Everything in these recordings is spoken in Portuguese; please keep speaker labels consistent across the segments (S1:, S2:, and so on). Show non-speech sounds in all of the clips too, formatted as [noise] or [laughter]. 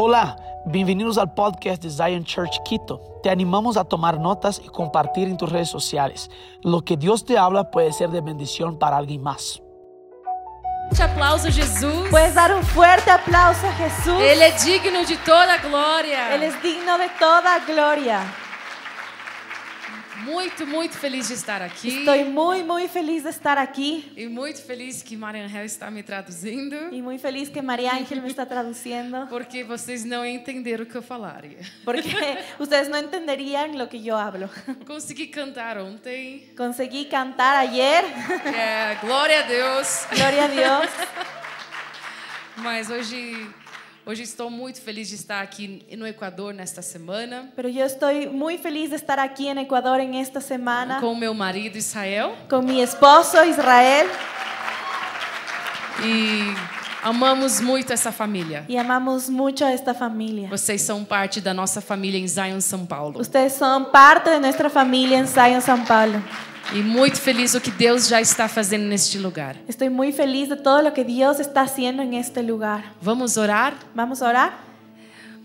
S1: Hola, bienvenidos al podcast de Zion Church Quito. Te animamos a tomar notas y compartir en tus redes sociales. Lo que Dios te habla puede ser de bendición para alguien más.
S2: Te aplauso, Jesus.
S3: Puedes dar un fuerte aplauso a Jesús.
S2: Ele é digno de toda a glória.
S3: Él es digno de toda gloria.
S2: Muito, muito feliz de estar aqui.
S3: Estoy muy, muy feliz de estar aquí
S2: E muito feliz que Marian Hell está me traduzindo.
S3: y muy feliz que María Ángel me está traduciendo
S2: Porque vocês não entenderam o que eu falaria.
S3: porque ustedes no entenderían lo que yo hablo.
S2: Consegui cantar ontem.
S3: Conseguí cantar ayer,
S2: É, glória a Deus.
S3: gloria a Dios,
S2: Mas hoje, hoje estou muito feliz de estar aqui no Equador nesta semana.
S3: pero yo estoy muy feliz de estar aquí en Ecuador en esta semana
S2: Com meu marido Israel.
S3: con mi esposo Israel
S2: E amamos muito essa família.
S3: y amamos mucho a esta familia.
S2: Vocês são parte da nossa família em Zion, São Paulo.
S3: Ustedes son parte de nuestra familia en Zion, San Pablo.
S2: E muito feliz o que Deus já está fazendo neste lugar.
S3: Estoy muy feliz de todo lo que Dios está haciendo en este lugar.
S2: Vamos orar?
S3: Vamos a orar.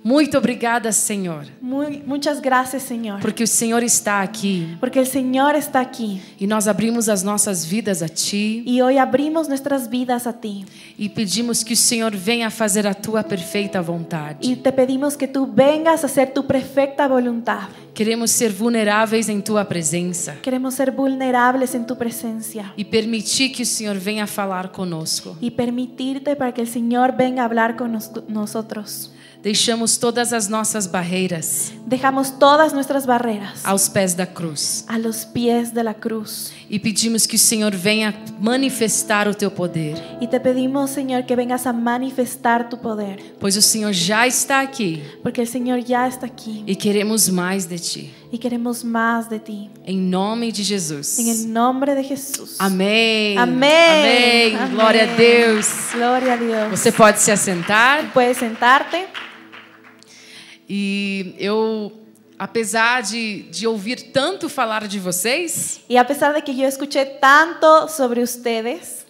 S2: Muito obrigada, Senhor,
S3: Muy- muchas gracias, Señor.
S2: porque o Senhor está aqui
S3: Porque el Señor está aquí
S2: e nós abrimos as nossas vidas a Ti
S3: y hoy abrimos nuestras vidas a ti
S2: e pedimos que o Senhor venha fazer a Tua perfeita
S3: y
S2: vontade.
S3: te pedimos que tú vengas a hacer tu perfecta voluntad.
S2: Queremos ser vulneráveis em Tua presença
S3: Queremos ser vulnerables en tu presencia
S2: e permitir que o Senhor venha falar conosco.
S3: y permitirte para que el Señor venga a hablar con nos- nosotros.
S2: Deixamos todas as nossas barreiras
S3: Dejamos todas nuestras barreras
S2: aos pés da cruz
S3: a los pies de la cruz
S2: e pedimos que o Senhor venha manifestar o Teu poder,
S3: y te pedimos, Señor, que vengas a manifestar tu poder,
S2: pois o Senhor já está aqui.
S3: porque el Señor ya está aquí
S2: E queremos mais de ti.
S3: y queremos más de ti.
S2: Em nome de Jesus.
S3: En el nombre de Jesús.
S2: Amém.
S3: Amém.
S2: Amém. Glória a Deus.
S3: Gloria a Dios.
S2: Você pode se assentar.
S3: Puedes sentarte.
S2: E eu, apesar de, de ouvir tanto falar de vocês,
S3: Y a pesar de que yo escuché tanto sobre ustedes,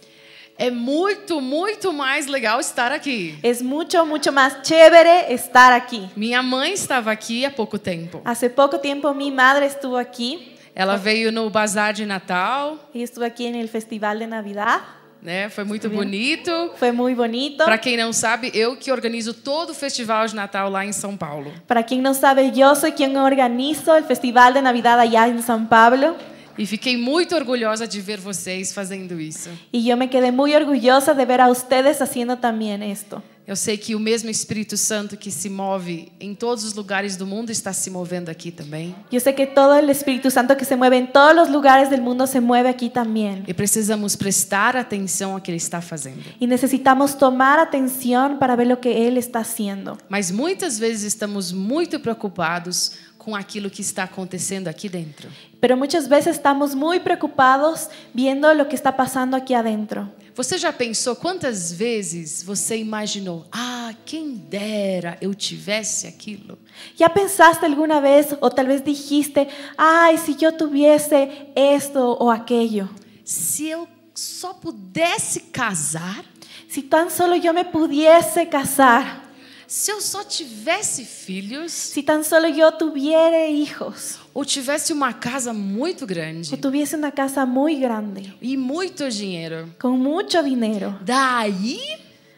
S2: é muito, muito mais legal estar aqui.
S3: es mucho, mucho más chévere estar aquí.
S2: Minha mãe estava aqui há pouco tempo.
S3: Hace poco tiempo mi madre estuvo aquí
S2: Ela veio no bazar de Natal,
S3: y estuvo aquí en el Festival de Navidad.
S2: né? Foi muito bonito.
S3: Fue muy bonito.
S2: Para quem não sabe, eu que organizo todo o festival de Natal lá em São Paulo.
S3: Para quien no sabe, yo soy quien organizo el Festival de Navidad allá en San Pablo
S2: E fiquei muito orgulhosa de ver vocês fazendo isso.
S3: y yo me quedé muy orgullosa de ver a ustedes haciendo también esto.
S2: Eu sei que o mesmo Espírito Santo que se move em todos os lugares do mundo está se movendo aqui também.
S3: Yo sé que todo el Espíritu Santo que se mueve en todos los lugares del mundo se mueve aquí también.
S2: E precisamos prestar atenção ao que ele está fazendo.
S3: Y necesitamos tomar atención para ver lo que Él está haciendo.
S2: Mas muitas vezes estamos muito preocupados com aquilo que está acontecendo aqui dentro.
S3: Pero muchas veces estamos muy preocupados viendo lo que está pasando aquí adentro.
S2: Você já pensou quantas vezes você imaginou: "Ah, quem dera eu tivesse aquilo"?
S3: ¿Ya pensaste alguna vez o tal vez dijiste, ay, si yo tuviese esto o aquello?
S2: Se eu só pudesse casar,
S3: Si tan solo yo me pudiese casar,
S2: se eu só tivesse filhos,
S3: si tan solo yo tuviera hijos
S2: ou tivesse uma casa muito grande
S3: o tuviese una casa muy grande,
S2: e muito dinheiro,
S3: con mucho dinero,
S2: daí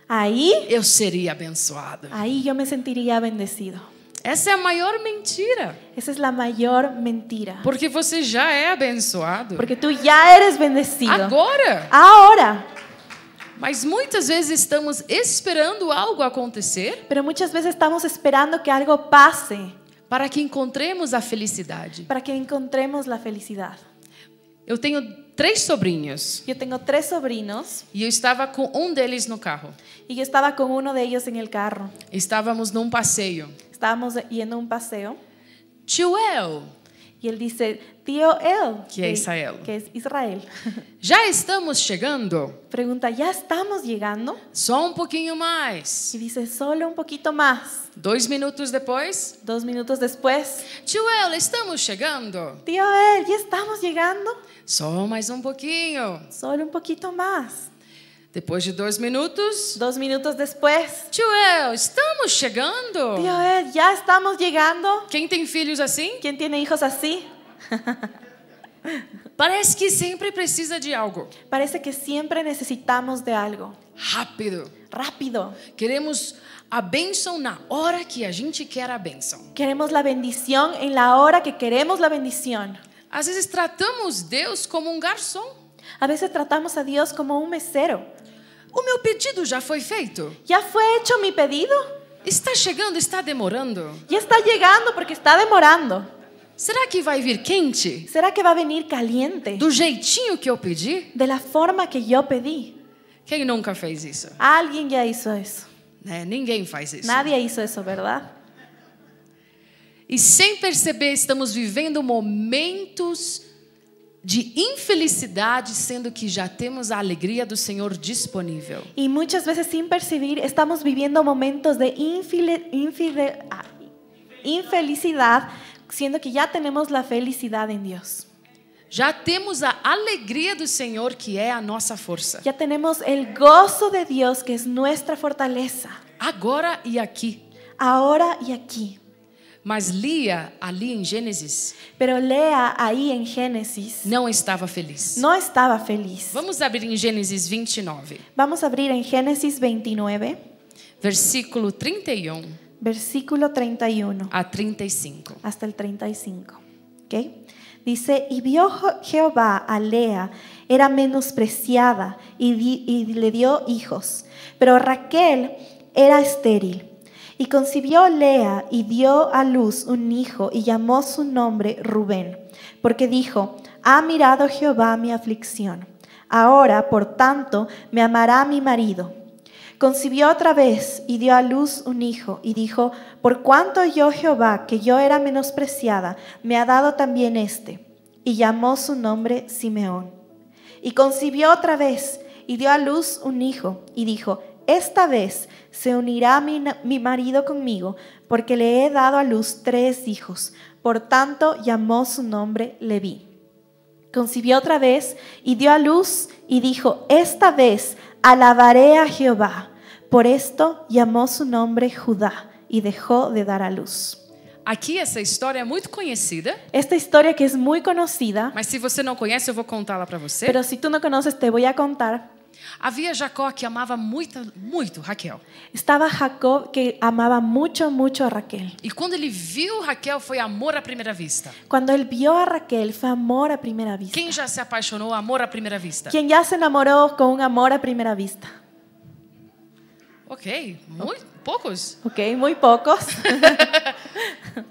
S3: ahí,
S2: eu seria abençoado.
S3: ahí yo me sentiría bendecido.
S2: Essa é a maior mentira,
S3: Esa es la mayor mentira.
S2: porque você já é abençoado
S3: Porque tú ya eres
S2: Ah,
S3: bendecido.
S2: agora.
S3: Ahora.
S2: Mas muitas vezes estamos esperando algo acontecer
S3: Pero muchas veces estamos esperando que algo pase
S2: para que encontremos a felicidade.
S3: para que encontremos la felicidad.
S2: Eu tenho três sobrinhos
S3: Yo tengo tres sobrinos
S2: e eu estava com um deles no carro.
S3: y yo estaba con uno de ellos en el carro.
S2: Estávamos num passeio.
S3: Estábamos yendo a un paseo
S2: Tio El,
S3: y él dice, tío El,
S2: Que es Israel.
S3: que es Israel. [laughs]
S2: já estamos chegando?
S3: Pregunta, ¿ya estamos llegando?
S2: Só um pouquinho mais.
S3: Y dice, solo un poquito más.
S2: Dois minutos depois,
S3: Dos minutos después,
S2: tio Ela, estamos chegando.
S3: tío El, ¿ya estamos llegando?
S2: Só mais um pouquinho.
S3: Solo un poquito más.
S2: Depois de dois minutos,
S3: Dos minutos después,
S2: tio El, estamos chegando.
S3: tío Ed, ya estamos llegando.
S2: Quem tem filhos assim,
S3: ¿Quién tiene hijos así?
S2: parece que sempre precisa de algo.
S3: Parece que siempre necesitamos de algo.
S2: Rápido.
S3: Rápido.
S2: Queremos a bênção na hora que a gente quer a bênção.
S3: Queremos la bendición en la hora que queremos la bendición.
S2: Às vezes tratamos Deus como um garçom.
S3: A veces tratamos a Dios como un mesero.
S2: O meu pedido já foi feito.
S3: ¿Ya fue hecho mi pedido?
S2: Está chegando, está demorando.
S3: Ya está llegando porque está demorando.
S2: Será que vai vir quente?
S3: ¿Será que va a venir caliente?
S2: Do jeitinho que eu pedi?
S3: De la forma que yo pedí.
S2: Quem nunca fez isso?
S3: Alguien ya hizo eso.
S2: Né? Ninguém faz isso.
S3: Nadie hizo eso, ¿verdad?
S2: E sem perceber, estamos vivendo momentos de infelicidade, sendo que já temos a alegria do Senhor disponível.
S3: Y muchas veces sin percibir estamos viviendo momentos de infile- infide- ah, infelicidad, siendo que ya tenemos la felicidad en Dios.
S2: Já temos a alegria do Senhor, que é a nossa força.
S3: Ya tenemos el gozo de Dios que es nuestra fortaleza,
S2: Agora e aqui.
S3: ahora y aquí.
S2: Mas Lia, ali em Gênesis,
S3: Pero Lea ahí en Génesis
S2: não estava feliz.
S3: no estaba feliz.
S2: Vamos abrir em Gênesis 29,
S3: Vamos a abrir en Génesis 29,
S2: versículo 31
S3: versículo 31.
S2: a 35.
S3: hasta el 35. ¿ok? Dice, y vio Jo- Jehová a Lea, era menospreciada, y, di- y le dio hijos. Pero Raquel era estéril. Y concibió Lea y dio a luz un hijo y llamó su nombre Rubén, porque dijo, ha mirado Jehová mi aflicción. Ahora, por tanto, me amará mi marido. Concibió otra vez y dio a luz un hijo y dijo, por cuanto yo Jehová, que yo era menospreciada, me ha dado también este. Y llamó su nombre Simeón. Y concibió otra vez y dio a luz un hijo y dijo, esta vez se unirá mi, na- mi marido conmigo, porque le he dado a luz tres hijos. Por tanto llamó su nombre Leví concibió otra vez y dio a luz y dijo, esta vez alabaré a Jehová. Por esto llamó su nombre Judá y dejó de dar a luz.
S2: Aqui essa história é muito conhecida,
S3: Esta historia que es muy conocida,
S2: mas se você não conhece, eu vou contá-la para você.
S3: pero si tú no conoces te voy a contar,
S2: Havia Jacó que amava muito, muito Raquel.
S3: estaba Jacob que amaba mucho, mucho a Raquel.
S2: E quando ele viu Raquel, foi amor à primeira vista.
S3: Cuando él vio a Raquel fue amor a primera vista.
S2: Quem já se apaixonou, amor à primeira vista?
S3: Quien ya se enamoró con un amor a primera vista.
S2: Ok, muito, poucos.
S3: Ok, muy pocos.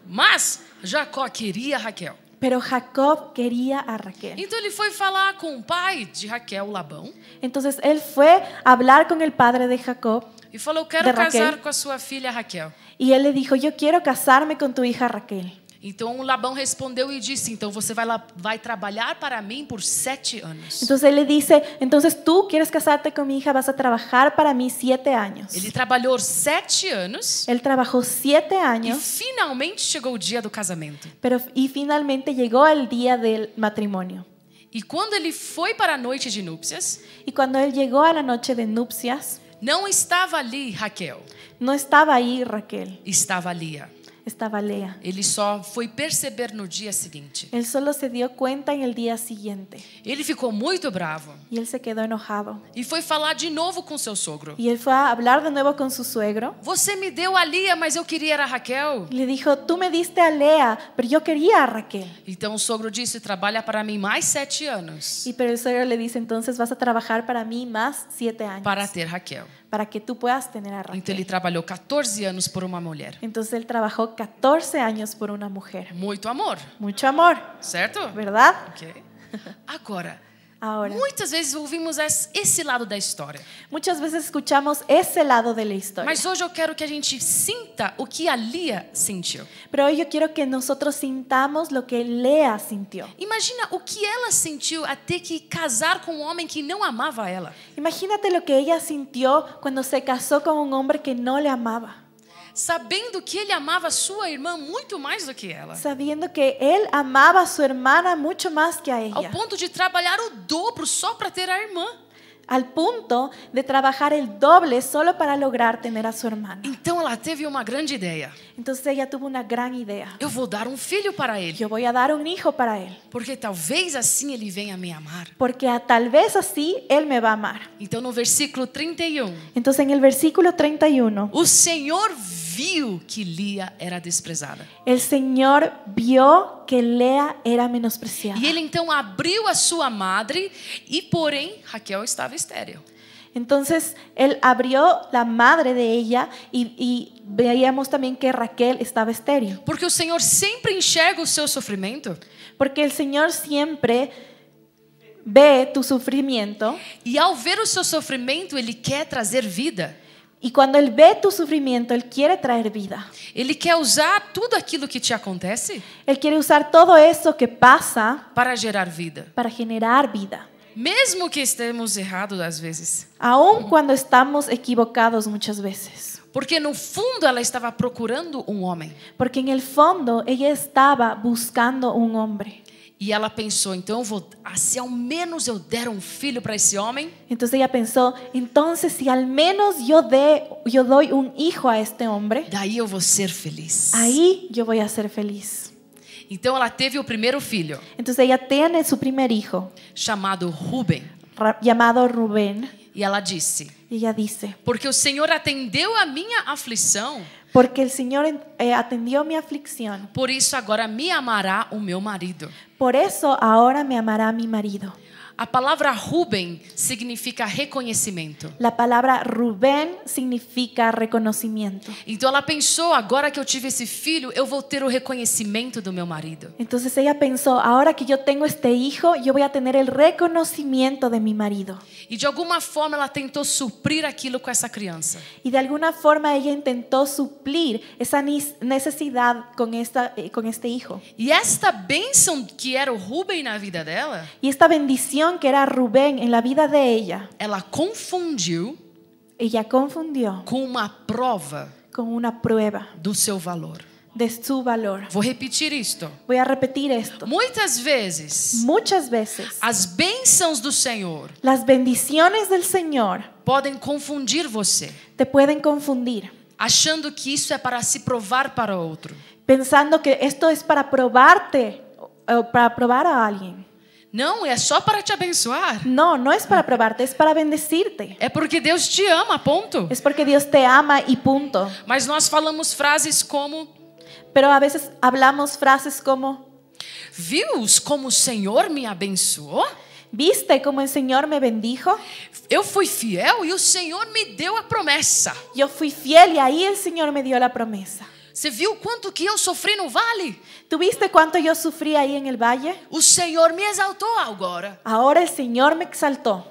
S2: Mas Jacó queria Raquel.
S3: Pero Jacob quería a Raquel.
S2: Então ele foi falar com o pai de Raquel, Labão,
S3: Entonces él fue a hablar con el padre de Jacob
S2: e falou: Quero
S3: Da Raquel.
S2: casar com a sua filha Raquel.
S3: y él le dijo, yo quiero casarme con tu hija Raquel.
S2: Então Labão respondeu e disse: Então você vai, lá, vai trabalhar para mim por sete anos.
S3: Entonces él le dice, entonces tú quieres casarte con mi hija, vas a trabajar para mí siete años.
S2: Ele trabalhou sete anos
S3: Él trabajó siete
S2: e
S3: años,
S2: finalmente chegou o dia do casamento.
S3: pero y finalmente llegó el día del matrimonio.
S2: E quando ele foi para a noite de núpcias,
S3: Y cuando él llegó a la noche de nupcias,
S2: não estava ali Raquel,
S3: no estaba ahí Raquel,
S2: estava Lia.
S3: estaba Lea.
S2: Ele só foi perceber no dia seguinte.
S3: Él solo se dio cuenta en el día siguiente
S2: Ele ficou muito bravo
S3: y él se quedó enojado.
S2: e foi falar de novo com seu sogro.
S3: Y él fue a hablar de nuevo con su suegro
S2: Você me deu a Lia, mas eu queria era a Raquel.
S3: Le dijo, tú me diste a Lea, pero yo quería a Raquel.
S2: Então o sogro disse: trabalha para mí mais sete anos
S3: Y pero el suegro le dice, entonces vas a trabajar para mí más siete años
S2: para ter Raquel.
S3: para que tú puedas tener a
S2: Então ele
S3: Raquel.
S2: trabalhou 14 anos por uma mulher.
S3: Entonces él trabajó 14 años por una mujer.
S2: Muito amor,
S3: Mucho amor,
S2: certo?
S3: ¿verdad?
S2: Ok. Agora,
S3: Ahora,
S2: Muitas vezes ouvimos es- esse lado da história.
S3: muchas veces escuchamos ese lado de la historia,
S2: Mas hoje eu quero que a gente sinta o que a Lia sentiu.
S3: pero hoy yo quiero que nosotros sintamos lo que Lea sintió.
S2: Imagina o que ela sentiu a ter que casar com um homem que não amava ela.
S3: Imagínate lo que ella sintió cuando se casó con un hombre que no le amaba,
S2: Sabendo que ele amava sua irmã muito mais do que ela.
S3: sabiendo que él amaba a su hermana mucho más que a ella.
S2: Ao ponto de trabalhar o dobro só para ter a irmã.
S3: al punto de trabajar el doble solo para lograr tener a su hermano.
S2: Então ela teve uma grande ideia.
S3: Entonces ella tuvo una gran idea.
S2: Eu vou dar um filho para ele,
S3: Yo voy a dar un hijo para él,
S2: porque talvez assim ele venha me amar.
S3: porque ah, tal vez así él me va a amar.
S2: Então no versículo 31,
S3: Entonces en el versículo 31,
S2: o Senhor viu que Lia era desprezada.
S3: el Señor vio que Lea era menospreciada.
S2: E ele então abriu a sua madre e porém Raquel estava estéril.
S3: Entonces él abrió la madre de ella y, y veíamos también que Raquel estaba estéril,
S2: Porque o Senhor sempre enxerga o seu sofrimento
S3: porque el Señor siempre ve tu sufrimiento
S2: e ao ver o seu sofrimento ele quer trazer vida.
S3: y cuando él ve tu sufrimiento, él quiere traer vida.
S2: Ele quer usar tudo aquilo que te acontece
S3: Él quiere usar todo eso que pasa
S2: para gerar vida.
S3: para generar vida,
S2: Mesmo que estejamos errados às vezes.
S3: aun cuando estamos equivocados muchas veces.
S2: Porque no fundo ela estava procurando um homem.
S3: Porque en el fondo ella estaba buscando un hombre.
S2: E ela pensou, então eu vou, ah, se ao menos eu der um filho para esse homem,
S3: Entonces ella pensó, entonces si al menos yo, dé- yo doy un hijo a este hombre,
S2: daí eu vou ser feliz.
S3: ahí yo voy a ser feliz.
S2: Então ela teve o primeiro filho,
S3: Entonces ella tiene su primer hijo,
S2: chamado Ruben,
S3: ra- llamado Rubén,
S2: e ela disse:
S3: y ella dice,
S2: Porque o Senhor atendeu a minha aflição,
S3: porque el Señor eh, atendió mi aflicción,
S2: por isso agora me amará o meu marido.
S3: por eso ahora me amará mi marido.
S2: A palavra Ruben significa reconhecimento.
S3: La palabra Rubén significa reconocimiento.
S2: Então ela pensou: agora que eu tive esse filho, eu vou ter o reconhecimento do meu marido.
S3: Entonces ella pensó, ahora que yo tengo este hijo, yo voy a tener el reconocimiento de mi marido.
S2: E de alguma forma ela tentou suprir aquilo com essa criança.
S3: Y de alguna forma ella intentó suplir esa nis- necesidad con, esta, eh, con este hijo.
S2: E esta bênção que era o Ruben na vida dela,
S3: Y esta bendición que era Rubén en la vida de ella,
S2: ela confundiu
S3: ella confundió
S2: com uma prova
S3: con una prueba
S2: do seu valor.
S3: de su valor.
S2: Vou repetir isto.
S3: Voy a repetir esto.
S2: Muitas vezes,
S3: Muchas veces
S2: as bênçãos do Senhor
S3: las bendiciones del Señor
S2: podem confundir você,
S3: te pueden confundir,
S2: achando que isso é para se provar para outro.
S3: pensando que esto es para probarte o para probar a alguien.
S2: Não, é só para te abençoar.
S3: No, no es para probarte, es para bendecirte.
S2: É porque Deus te ama, ponto.
S3: Es porque Dios te ama y punto.
S2: Mas nós falamos frases como:
S3: Pero a veces hablamos frases como,
S2: Vius como o Senhor me abençoou?
S3: ¿viste cómo el Señor me bendijo?
S2: Eu fui fiel e o Senhor me deu a promessa.
S3: Yo fui fiel y ahí el Señor me dio la promesa.
S2: Você viu quanto que eu sofri no vale?
S3: ¿Tuviste cuánto yo sufrí ahí en el valle?
S2: O Senhor me exaltou agora.
S3: Ahora el Señor me exaltó.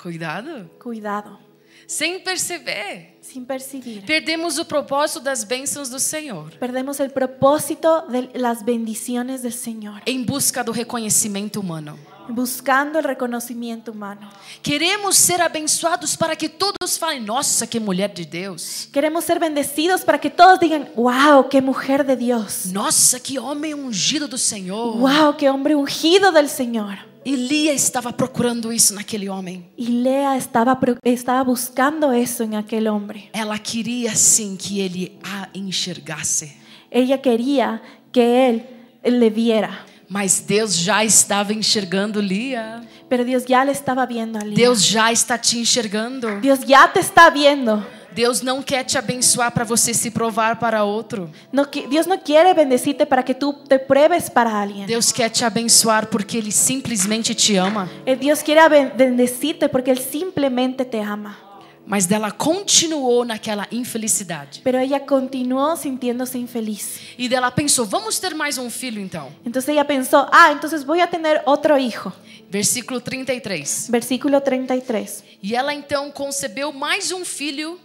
S2: Cuidado.
S3: Cuidado,
S2: Sem perceber.
S3: sin percibir.
S2: Perdemos o propósito das bênçãos do Senhor
S3: Perdemos el propósito de las bendiciones del Señor,
S2: em busca do reconhecimento humano.
S3: buscando el reconocimiento humano.
S2: Queremos ser abençoados para que todos falem: Nossa, que mulher de Deus!
S3: Queremos ser bendecidos para que todos digan, wow, qué mujer de Dios.
S2: Nossa, que homem ungido do Senhor!
S3: Wow, qué hombre ungido del Señor.
S2: Elia estava procurando isso naquele homem.
S3: Y Lea estaba, pro- estaba buscando eso en aquel hombre.
S2: Ela queria sim que ele a enxergasse,
S3: Ella quería que él le viera,
S2: mas Deus já estava enxergando Lia.
S3: pero Dios ya le estaba viendo a Lea.
S2: Deus já está te enxergando.
S3: Dios ya te está viendo.
S2: Deus não quer te abençoar para você se provar para outro.
S3: No, qui- Dios no quiere bendecirte para que tú te pruebes para alguien.
S2: Deus quer te abençoar porque Ele simplesmente te ama.
S3: Eh, Dios quiere aben- bendecirte porque Él simplemente te ama.
S2: Mas ela continuou naquela infelicidade.
S3: Pero ella continuó sintiéndose infeliz.
S2: E dela pensou: vamos ter mais um filho então.
S3: Entonces ella pensó, ah, entonces voy a tener otro hijo.
S2: Versículo 33.
S3: Versículo 33.
S2: E ela então concebeu mais um filho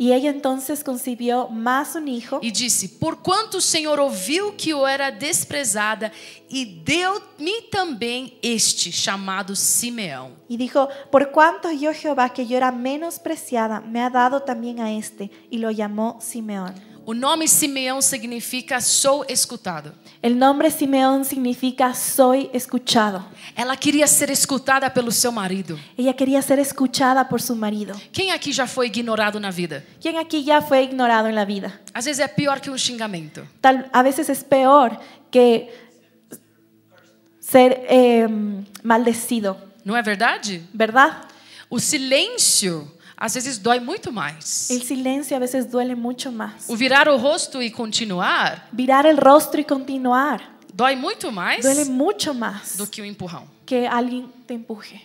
S3: Y ella entonces concibió más un hijo.
S2: e disse: Porquanto o Senhor ouviu que eu era desprezada, e deu-me também este, chamado Simeão.
S3: Y dijo, por cuanto yo Jehová, que yo era menospreciada, me ha dado también a este, y lo llamó Simeón.
S2: O nome Simeão significa sou escutado.
S3: El nombre Simeón significa soy escuchado.
S2: Ela queria ser escutada pelo seu marido.
S3: Ella quería ser escuchada por su marido.
S2: Quem aqui já foi ignorado na vida?
S3: ¿Quién aquí ya fue ignorado en la vida?
S2: Às vezes é pior que um xingamento.
S3: Tal, a veces es peor que ser eh, maldecido,
S2: Não é verdade?
S3: ¿verdad?
S2: O silêncio às vezes dói muito mais.
S3: El silencio a veces duele mucho más.
S2: O virar o rosto e continuar
S3: Virar el rostro y continuar
S2: dói muito mais
S3: duele mucho más
S2: do que o empurrão,
S3: que alguien te empuje,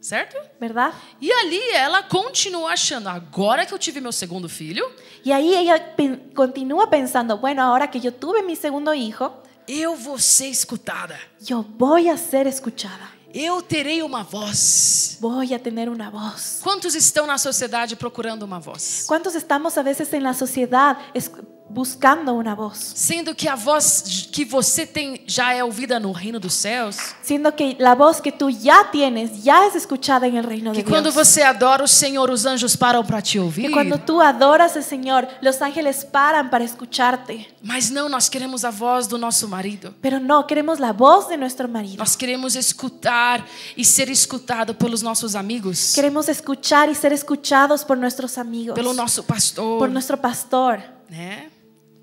S2: certo?
S3: ¿verdad?
S2: E ali ela continua achando, agora que eu tive meu segundo filho,
S3: Y ahí ella pe- continúa pensando, bueno, ahora que yo tuve mi segundo hijo,
S2: eu vou ser escutada.
S3: yo voy a ser escuchada,
S2: Eu terei uma voz.
S3: voy a tener una voz.
S2: Quantos estão na sociedade procurando uma voz?
S3: ¿Cuántos estamos a veces en la sociedad es- buscando una voz?
S2: Sendo que a voz que você tem já é ouvida no reino dos céus.
S3: Siendo que la voz que tú ya tienes ya es escuchada en el reino
S2: Que
S3: de
S2: quando
S3: Dios.
S2: você adora o Senhor, os anjos param para te ouvir.
S3: Que cuando tú adoras al Señor, los ángeles paran para escucharte.
S2: Mas não, nós queremos a voz do nosso marido.
S3: Pero no, queremos la voz de nuestro marido.
S2: Nós queremos escutar e ser escutado pelos nossos amigos,
S3: Queremos escuchar y ser escuchados por nuestros amigos,
S2: pelo nosso pastor,
S3: por nuestro pastor,
S2: né?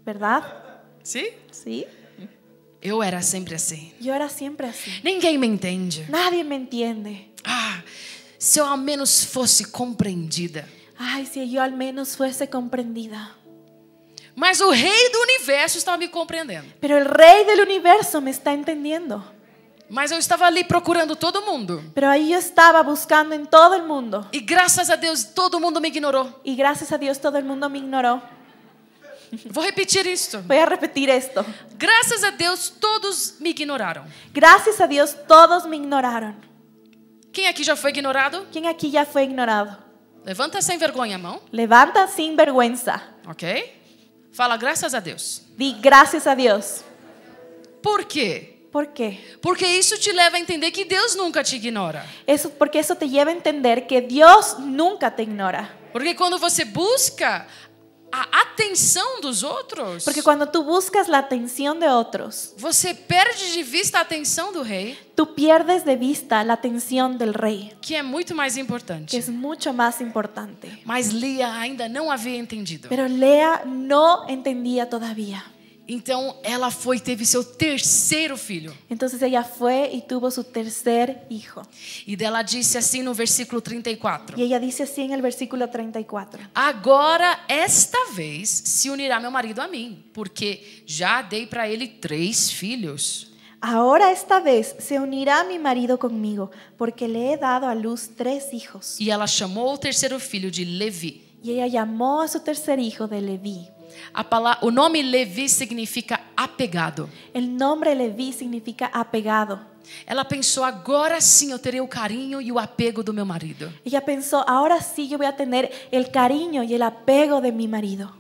S3: ¿verdad?
S2: Sim?
S3: Sí.
S2: Eu era sempre assim.
S3: Yo era siempre así.
S2: Ninguém me entende.
S3: Nadie me entiende.
S2: Ah, se eu ao menos fosse compreendida.
S3: Ay, si yo al menos fuese comprendida.
S2: Mas o rei do universo estava me compreendendo.
S3: Pero el rey del universo me está entendiendo.
S2: Mas eu estava ali procurando todo mundo.
S3: Pero ahí yo estaba buscando en todo el mundo.
S2: E graças a Deus todo mundo me ignorou.
S3: Y gracias a Dios todo el mundo me ignoró.
S2: Vou repetir isso.
S3: Voy a repetir esto.
S2: Graças a Deus todos me ignoraram.
S3: Gracias a Dios todos me ignoraron.
S2: Quem aqui já foi ignorado?
S3: ¿Quién aquí ya fue ignorado?
S2: Levanta sem vergonha a mão.
S3: Levanta sin vergüenza.
S2: Ok? Fala graças a Deus.
S3: Di gracias a Dios.
S2: Por quê?
S3: ¿Por qué?
S2: Porque isso te leva a entender que Deus nunca te ignora.
S3: Eso, porque eso te lleva a entender que Dios nunca te ignora.
S2: Porque quando você busca a atención dos outros,
S3: Porque cuando tú buscas la atención de otros,
S2: você perde de vista a atenção do rei,
S3: tú pierdes de vista la atención del rey,
S2: que é muito mais
S3: que
S2: importante.
S3: es mucho más importante.
S2: Mas Lia ainda não havia entendido.
S3: Pero Lea no entendía todavía.
S2: Então ela foi e teve seu terceiro filho.
S3: Entonces ella fue y tuvo su tercer hijo.
S2: E dela disse assim no versículo 34:
S3: Y ella dice así en el versículo 34.
S2: Agora, esta vez, se unirá meu marido a mim, porque já dei para ele três filhos.
S3: Ahora esta vez se unirá mi marido conmigo, porque le he dado a luz tres hijos.
S2: E ela chamou o terceiro filho de Levi.
S3: Y ella llamó a su tercer hijo de Leví.
S2: A pala- o nome Levi significa apegado.
S3: El nombre Leví significa apegado.
S2: Ela pensou: agora sim eu terei o carinho e o apego do meu marido.
S3: Ella pensó, ahora sí yo voy a tener el cariño y el apego de mi marido.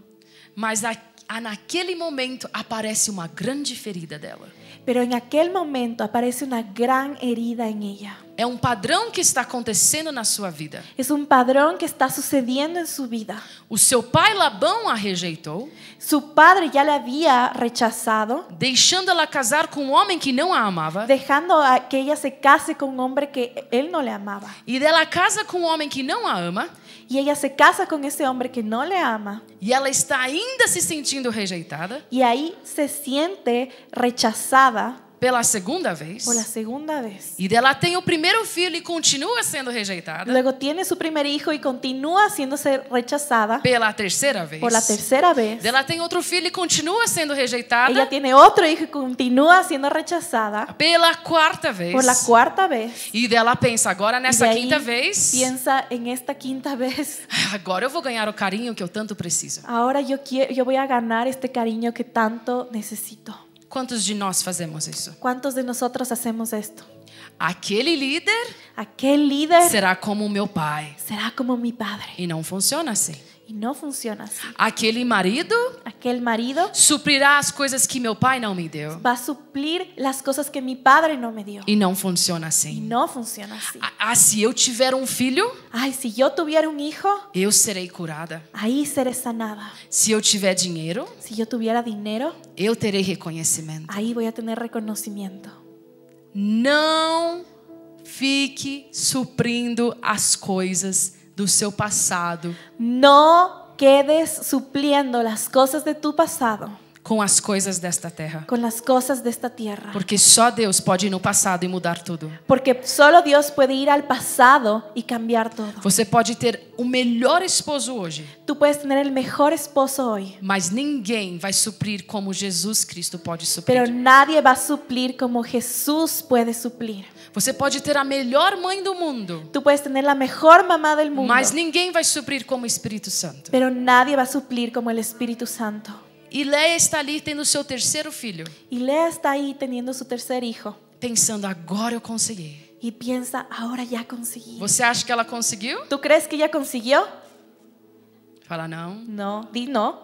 S2: Mas a- a- naquele momento aparece uma grande ferida dela.
S3: Pero en aquel momento aparece una gran herida en ella.
S2: É um padrão que está acontecendo na sua vida.
S3: Es un padrón que está sucediendo en su vida.
S2: O seu pai Labão a rejeitou,
S3: Su padre ya la había rechazado,
S2: deixando ela casar com um homem que não a amava.
S3: dejando a que ella se case con un hombre que él no le amaba.
S2: E dela casa com um homem que não a ama,
S3: Y ella se casa con ese hombre que no le ama.
S2: e ela está ainda se sentindo rejeitada
S3: Y ahí se siente rechazada
S2: pela segunda vez.
S3: por la segunda vez.
S2: E dela tem o primeiro filho e continua sendo rejeitada
S3: Luego tiene su primer hijo y continúa haciéndose rechazada
S2: pela terceira vez.
S3: por la tercera vez.
S2: Dela tem outro filho e continua sendo
S3: Ella
S2: rejeitada
S3: tiene otro hijo y continúa siendo rechazada
S2: pela quarta vez.
S3: por la cuarta vez.
S2: E dela pensa agora
S3: Y
S2: nessa
S3: de ahí
S2: pues. quinta vez, "Ah,
S3: Piensa en esta quinta vez.
S2: agora eu vou ganhar o carinho que eu tanto preciso.
S3: Ahora yo, quiero, yo voy a ganar este cariño que tanto necesito.
S2: Quantos de nós fazemos isso?
S3: ¿Cuántos de nosotros hacemos esto?
S2: Aquele líder
S3: Aquel líder
S2: será como o meu pai.
S3: será como mi padre.
S2: E não funciona assim.
S3: Y no funciona así.
S2: Aquele marido
S3: Aquel marido
S2: suprirá as coisas que meu pai não me deu.
S3: va a suplir las cosas que mi padre no me dio.
S2: E não funciona
S3: Y
S2: assim.
S3: no funciona así.
S2: Ah, Ah, se eu tiver um filho,
S3: Ay, si yo tuviera un hijo,
S2: eu serei curada.
S3: ahí seré sanada.
S2: Se eu tiver dinheiro,
S3: Si yo tuviera dinero,
S2: eu terei reconhecimento.
S3: ahí voy a tener reconocimiento.
S2: Não fique suprindo as coisas do seu passado
S3: No quedes supliendo las cosas de tu pasado
S2: com as coisas desta terra.
S3: con las cosas de esta tierra.
S2: Porque só Deus pode ir no passado e mudar tudo.
S3: Porque solo Dios puede ir al pasado y cambiar todo.
S2: Você pode ter o melhor esposo hoje,
S3: Tú puedes tener el mejor esposo hoy,
S2: mas ninguém vai suprir como Jesus Cristo pode suprir.
S3: pero nadie va a suplir como Jesús puede suplir.
S2: Você pode ter a melhor mãe do mundo,
S3: Tú puedes tener la mejor mamá del mundo,
S2: mas ninguém vai suprir como o Espírito Santo.
S3: pero nadie va a suplir como el Espíritu Santo.
S2: E Leia está ali tendo seu terceiro filho,
S3: Y Lea está ahí teniendo su tercer hijo
S2: pensando: agora eu consegui.
S3: y piensa, ahora ya conseguí.
S2: Você acha que ela conseguiu?
S3: ¿Tú crees que ya consiguió?
S2: Fala não.
S3: No, di no.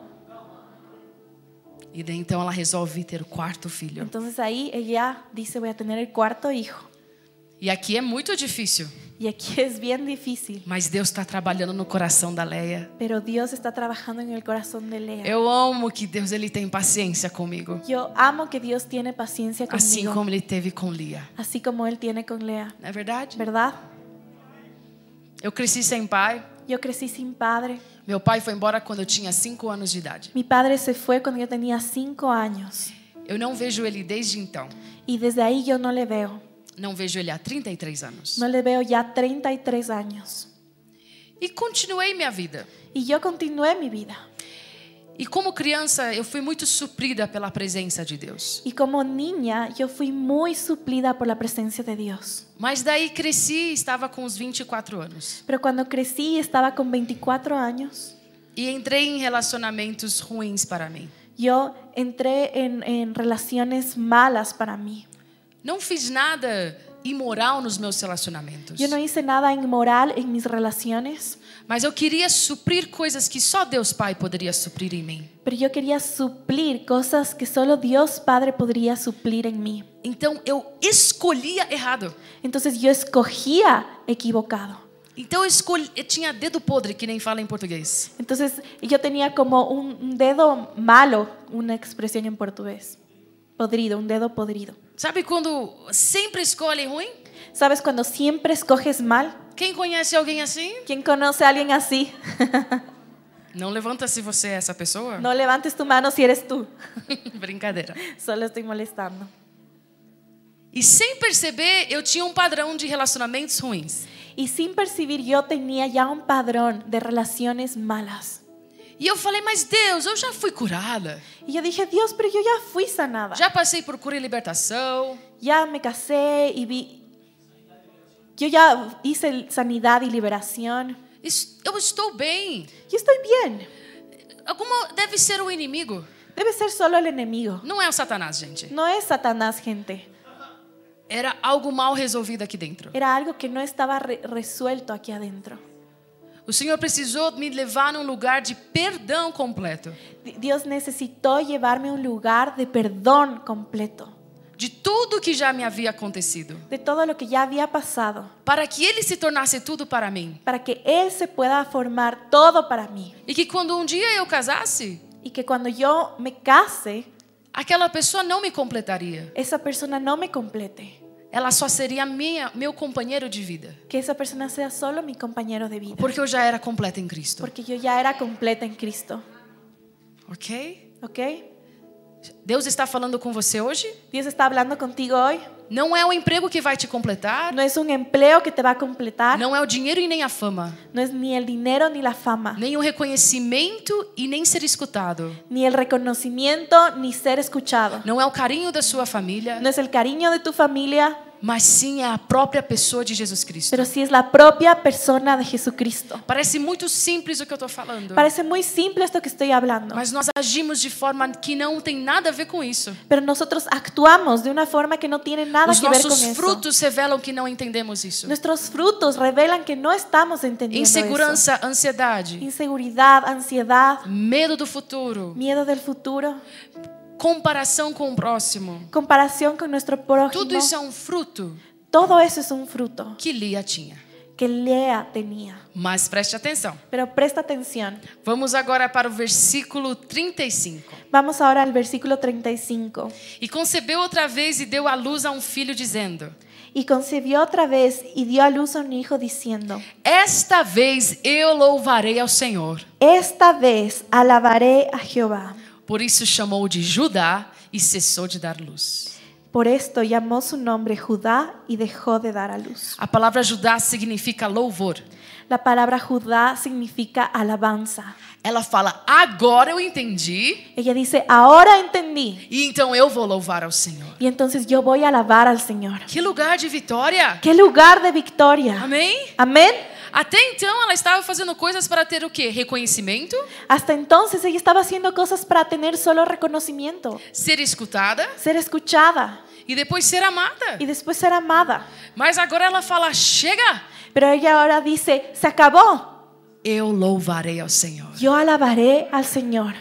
S2: E daí então ela resolve ter o quarto filho.
S3: Entonces ahí ella dice, voy a tener el cuarto hijo.
S2: E aqui é muito difícil,
S3: Y aquí [laughs] es bien difícil,
S2: mas Deus está trabalhando no coração da Leia.
S3: pero Dios está trabajando en el corazón de Lea.
S2: Eu amo que Deus ele tem paciência comigo,
S3: Yo amo que Dios tiene paciencia conmigo,
S2: assim como ele teve com Lia.
S3: así como Él tiene con Lea,
S2: Não é verdade?
S3: ¿verdad?
S2: Eu cresci sem pai.
S3: Yo crecí sin padre.
S2: Meu pai foi embora quando eu tinha cinco anos de idade.
S3: Mi padre se fue cuando yo tenía cinco años
S2: Eu não vejo ele desde então.
S3: y desde ahí yo no le veo.
S2: Não vejo ele há 33 anos.
S3: No le veo ya 33 años.
S2: E continuei minha vida.
S3: Y yo continué mi vida.
S2: E como criança, eu fui muito suprida pela presença de Deus.
S3: Y como niña yo fui muy suplida por la presencia de Dios.
S2: Mas daí cresci e estava com os 24 anos.
S3: Pero cuando crecí estaba con 24 años.
S2: E entrei em relacionamentos ruins para mim.
S3: Yo entré en, en relaciones malas para mí.
S2: Não fiz nada imoral nos meus relacionamentos.
S3: Yo no hice nada inmoral en mis relaciones,
S2: Mas eu queria suprir coisas que só Deus Pai poderia suprir em mim.
S3: pero yo quería suplir cosas que solo Dios Padre podría suplir en mí.
S2: Então eu escolhia errado.
S3: Entonces yo escogía equivocado.
S2: Então eu, escolhi, eu tinha dedo podre, que nem fala em português.
S3: Entonces yo tenía como un un dedo malo, una expresión en portugués. Podrido, un dedo podrido.
S2: Sabe quando sempre escolhe ruim?
S3: ¿Sabes cuando siempre escoges mal?
S2: Quem conhece alguém assim?
S3: ¿Quién conoce a alguien así?
S2: Não levanta se você é essa pessoa.
S3: No levantes tu mano si eres tú.
S2: [laughs] Brincadeira.
S3: Solo estoy molestando.
S2: E sem perceber, eu tinha um padrão de relacionamentos ruins.
S3: Y sin percibir yo tenía ya un padrón de relaciones malas.
S2: E eu falei, mas Deus, eu já fui curada.
S3: Y yo dije, Dios, pero yo ya fui sanada.
S2: Já passei por cura e libertação.
S3: Ya me casé y vi... Yo ya hice sanidad y liberación.
S2: Isso- Eu estou bem.
S3: Yo estoy bien.
S2: Alguma deve ser o inimigo.
S3: Debe ser solo el enemigo.
S2: Não é o Satanás, gente.
S3: No es Satanás, gente.
S2: Era algo mal resolvido aqui dentro.
S3: Era algo que no estaba re- resuelto aquí adentro.
S2: O Senhor precisou me levar num lugar de perdão completo
S3: Di- Dios necesitó llevarme a un lugar de perdón completo
S2: de tudo que já me havia acontecido,
S3: de todo lo que ya había pasado,
S2: para que ele se tornasse tudo para mim.
S3: para que Él se pueda formar todo para mí.
S2: E que quando um dia eu casasse,
S3: Y que cuando yo me case,
S2: aquela pessoa não me completaria.
S3: esa persona no me complete,
S2: Ela só seria minha, meu companheiro de vida,
S3: que esa persona sea solo mi compañero de vida,
S2: porque eu já era completa em Cristo.
S3: porque yo ya era completa en Cristo.
S2: OK?
S3: ¿Ok?
S2: Deus está falando com você hoje?
S3: Dios está hablando contigo hoy.
S2: Não é o emprego que vai te completar,
S3: No es un empleo que te va a completar,
S2: não é o dinheiro e nem a fama,
S3: no es ni el dinero ni la fama,
S2: nem o reconhecimento e nem ser escutado.
S3: ni el reconocimiento ni ser escuchado.
S2: Não é o carinho da sua família,
S3: No es el cariño de tu familia,
S2: mas sim é a própria pessoa de Jesus Cristo.
S3: pero sí es la propia persona de Jesucristo.
S2: Parece muito simples o que eu estou falando,
S3: Parece muy simple esto que estoy hablando,
S2: mas nós agimos de forma que não tem nada a ver com isso.
S3: pero nosotros actuamos de una forma que no tiene nada
S2: Os
S3: que ver con
S2: nossos
S3: eso.
S2: frutos revelam que não entendemos isso.
S3: Nuestros frutos revelan que no estamos entendiendo eso.
S2: Insegurança, ansiedade,
S3: Inseguridad, ansiedad,
S2: medo do futuro,
S3: miedo del futuro,
S2: comparação com o próximo.
S3: comparación con nuestro prójimo.
S2: Tudo isso é um fruto
S3: Todo eso es un fruto
S2: que Lia tinha.
S3: que Lea tenía.
S2: Mas preste atenção.
S3: Pero presta atención.
S2: Vamos agora para o versículo 35.
S3: Vamos ahora al versículo 35.
S2: E concebeu outra vez e deu à luz a um filho, dizendo:
S3: Y concibió otra vez y dio a luz a un hijo diciendo,
S2: Esta vez eu louvarei ao Senhor.
S3: Esta vez alabaré a Jehová.
S2: Por isso chamou de Judá e cessou de dar luz.
S3: Por esto llamó su nombre Judá y dejó de dar a luz.
S2: A palavra Judá significa louvor.
S3: La palabra Judá significa alabanza.
S2: Ela fala: Agora eu entendi
S3: Ella dice, ahora entendí.
S2: e então eu vou louvar ao Senhor.
S3: Y entonces yo voy a alabar al Señor.
S2: Que lugar de vitória!
S3: ¡Qué lugar de victoria!
S2: Amém?
S3: Amén.
S2: Até então ela estava fazendo coisas para ter o quê? Reconhecimento,
S3: Hasta entonces ella estaba haciendo cosas para tener solo reconocimiento,
S2: ser escutada
S3: ser escuchada
S2: e depois ser amada.
S3: y después ser amada.
S2: Mas agora ela fala: Chega!
S3: Pero ella ahora dice, se acabó.
S2: Eu louvarei ao Senhor.
S3: Yo alabaré al Señor.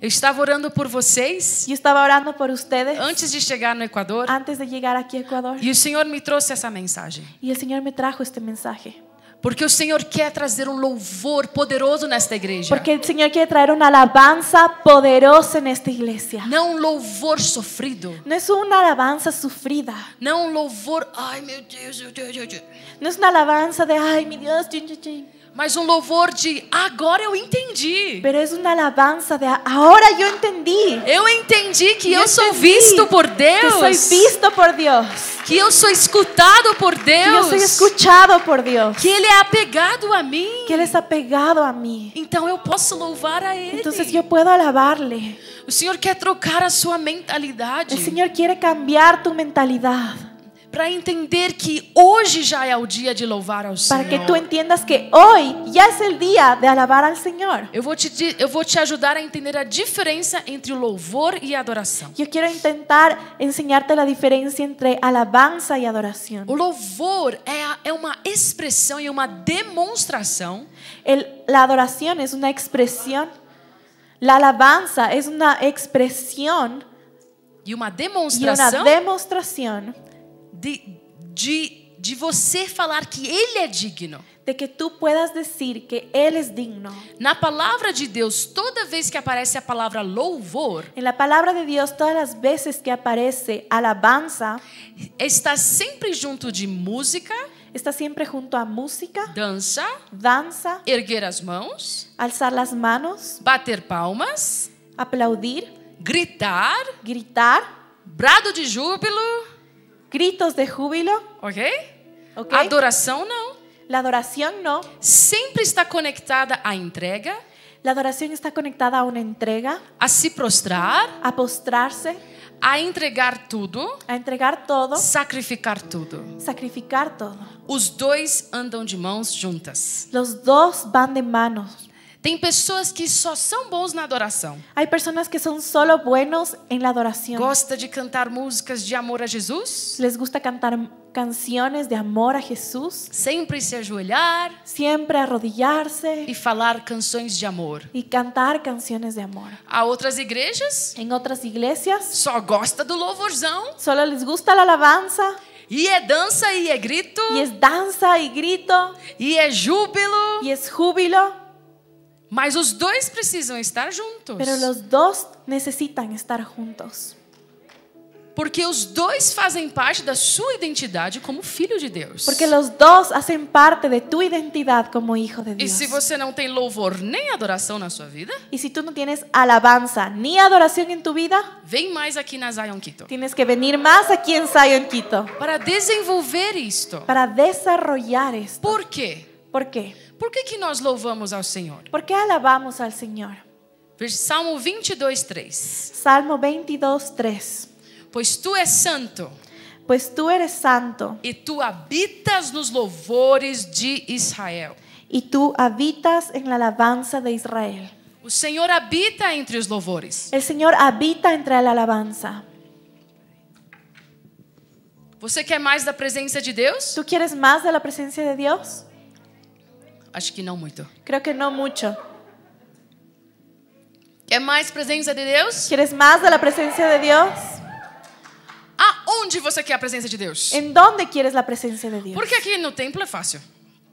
S2: Eu estava orando por vocês
S3: Yo estaba orando por ustedes
S2: antes de chegar no Equador
S3: antes de llegar aquí a Ecuador
S2: e o Senhor me trouxe essa mensagem.
S3: y el Señor me trajo este mensaje.
S2: Porque o Senhor quer trazer um louvor poderoso nesta igreja.
S3: Porque el Señor quiere traer una alabanza poderosa en esta iglesia.
S2: Não um louvor sofrido.
S3: No es una alabanza sufrida,
S2: Não um louvor, ai meu Deus, meu Deus, meu Deus.
S3: no es una alabanza de, ay, mi Dios, chin, chin, chin".
S2: Mas um louvor de agora eu entendi.
S3: pero es una alabanza de, ahora yo entendí.
S2: Eu entendi que
S3: Yo
S2: eu sou
S3: entendí
S2: visto por
S3: Que soy
S2: Deus.
S3: visto por Dios.
S2: Que eu sou escutado por
S3: Que yo soy
S2: Deus.
S3: escuchado por Dios.
S2: Que Ele é apegado a mim.
S3: Que Él es apegado a mí.
S2: Então eu posso louvar a Ele.
S3: Entonces yo puedo alabarle.
S2: O Senhor quer trocar a sua mentalidade
S3: El Señor quiere cambiar tu mentalidad
S2: para entender que hoje já é o dia de louvar ao
S3: para que
S2: Senhor.
S3: tú entiendas que hoy ya es el día de alabar al Señor.
S2: Eu vou te di- eu vou te ajudar a entender a diferença entre o louvor e a adoração.
S3: Yo quiero intentar enseñarte la diferencia entre alabanza y adoración.
S2: O louvor é, a- é uma expressão e uma demonstração
S3: El- la adoración es una expresión. La alabanza es una expresión
S2: e uma
S3: y una
S2: demonstração
S3: demostración
S2: de, de, de você falar que Ele é digno.
S3: de que tú puedas decir que Él es digno.
S2: Na palavra de Deus, toda vez que aparece a palavra louvor,
S3: En la palabra de Dios, todas las veces que aparece alabanza,
S2: está sempre junto de música,
S3: está siempre junto a música,
S2: dança,
S3: danza,
S2: erguer as mãos,
S3: alzar las manos,
S2: bater palmas,
S3: aplaudir,
S2: gritar,
S3: gritar,
S2: brado de júbilo,
S3: gritos de júbilo.
S2: ok?
S3: ¿ok?
S2: Adoração não.
S3: La adoración no.
S2: Sempre está conectada à entrega,
S3: La adoración está conectada a una entrega,
S2: a se prostrar,
S3: a postrarse,
S2: a entregar tudo,
S3: a entregar todo,
S2: sacrificar tudo.
S3: sacrificar todo.
S2: Os dois andam de mãos juntas.
S3: Los dos van de manos.
S2: Tem pessoas que só são bons na adoração.
S3: Hay personas que son solo buenos en la adoración.
S2: Gosta de cantar músicas de amor a Jesus,
S3: Les gusta cantar canciones de amor a Jesús,
S2: sempre se ajoelhar,
S3: siempre arrodillarse
S2: e falar canções de amor.
S3: y cantar canciones de amor.
S2: Há outras igrejas
S3: En otras iglesias
S2: só gosta do louvorzão
S3: solo les gusta la alabanza
S2: e é dança e é grito
S3: y es danza y grito
S2: e é júbilo,
S3: y es júbilo,
S2: mas os dois precisam estar juntos.
S3: pero los dos necesitan estar juntos.
S2: Porque os dois fazem parte da sua identidade como filho de Deus.
S3: Porque los dos hacen parte de tu identidad como hijo de
S2: E
S3: Dios.
S2: se você não tem louvor nem adoração na sua vida,
S3: Y si tú no tienes alabanza ni adoración en tu vida,
S2: vem mais aqui na Zion Quito.
S3: tienes que venir más aquí en Zion Quito
S2: Para desenvolver isto.
S3: para desarrollar esto.
S2: Por quê?
S3: ¿Por quê?
S2: Por que, que nós louvamos ao Senhor?
S3: ¿Por qué alabamos al Señor?
S2: Salmo 22, 3.
S3: Salmo 22, 3.
S2: Pois tu és santo,
S3: pues tú eres santo
S2: e tu habitas nos louvores de Israel.
S3: y tú habitas en la alabanza de Israel.
S2: O Senhor habita entre os louvores.
S3: El Señor habita entre la alabanza.
S2: Você quer mais da presença de Deus?
S3: ¿Tú quieres más de la presencia de Dios?
S2: Acho que não muito.
S3: Creo que no mucho.
S2: Quer mais presença de Deus?
S3: ¿Quieres más de la presencia de Dios?
S2: Aonde você quer a presença de Deus?
S3: ¿En dónde quieres la presencia de Dios?
S2: Porque aqui no templo é fácil.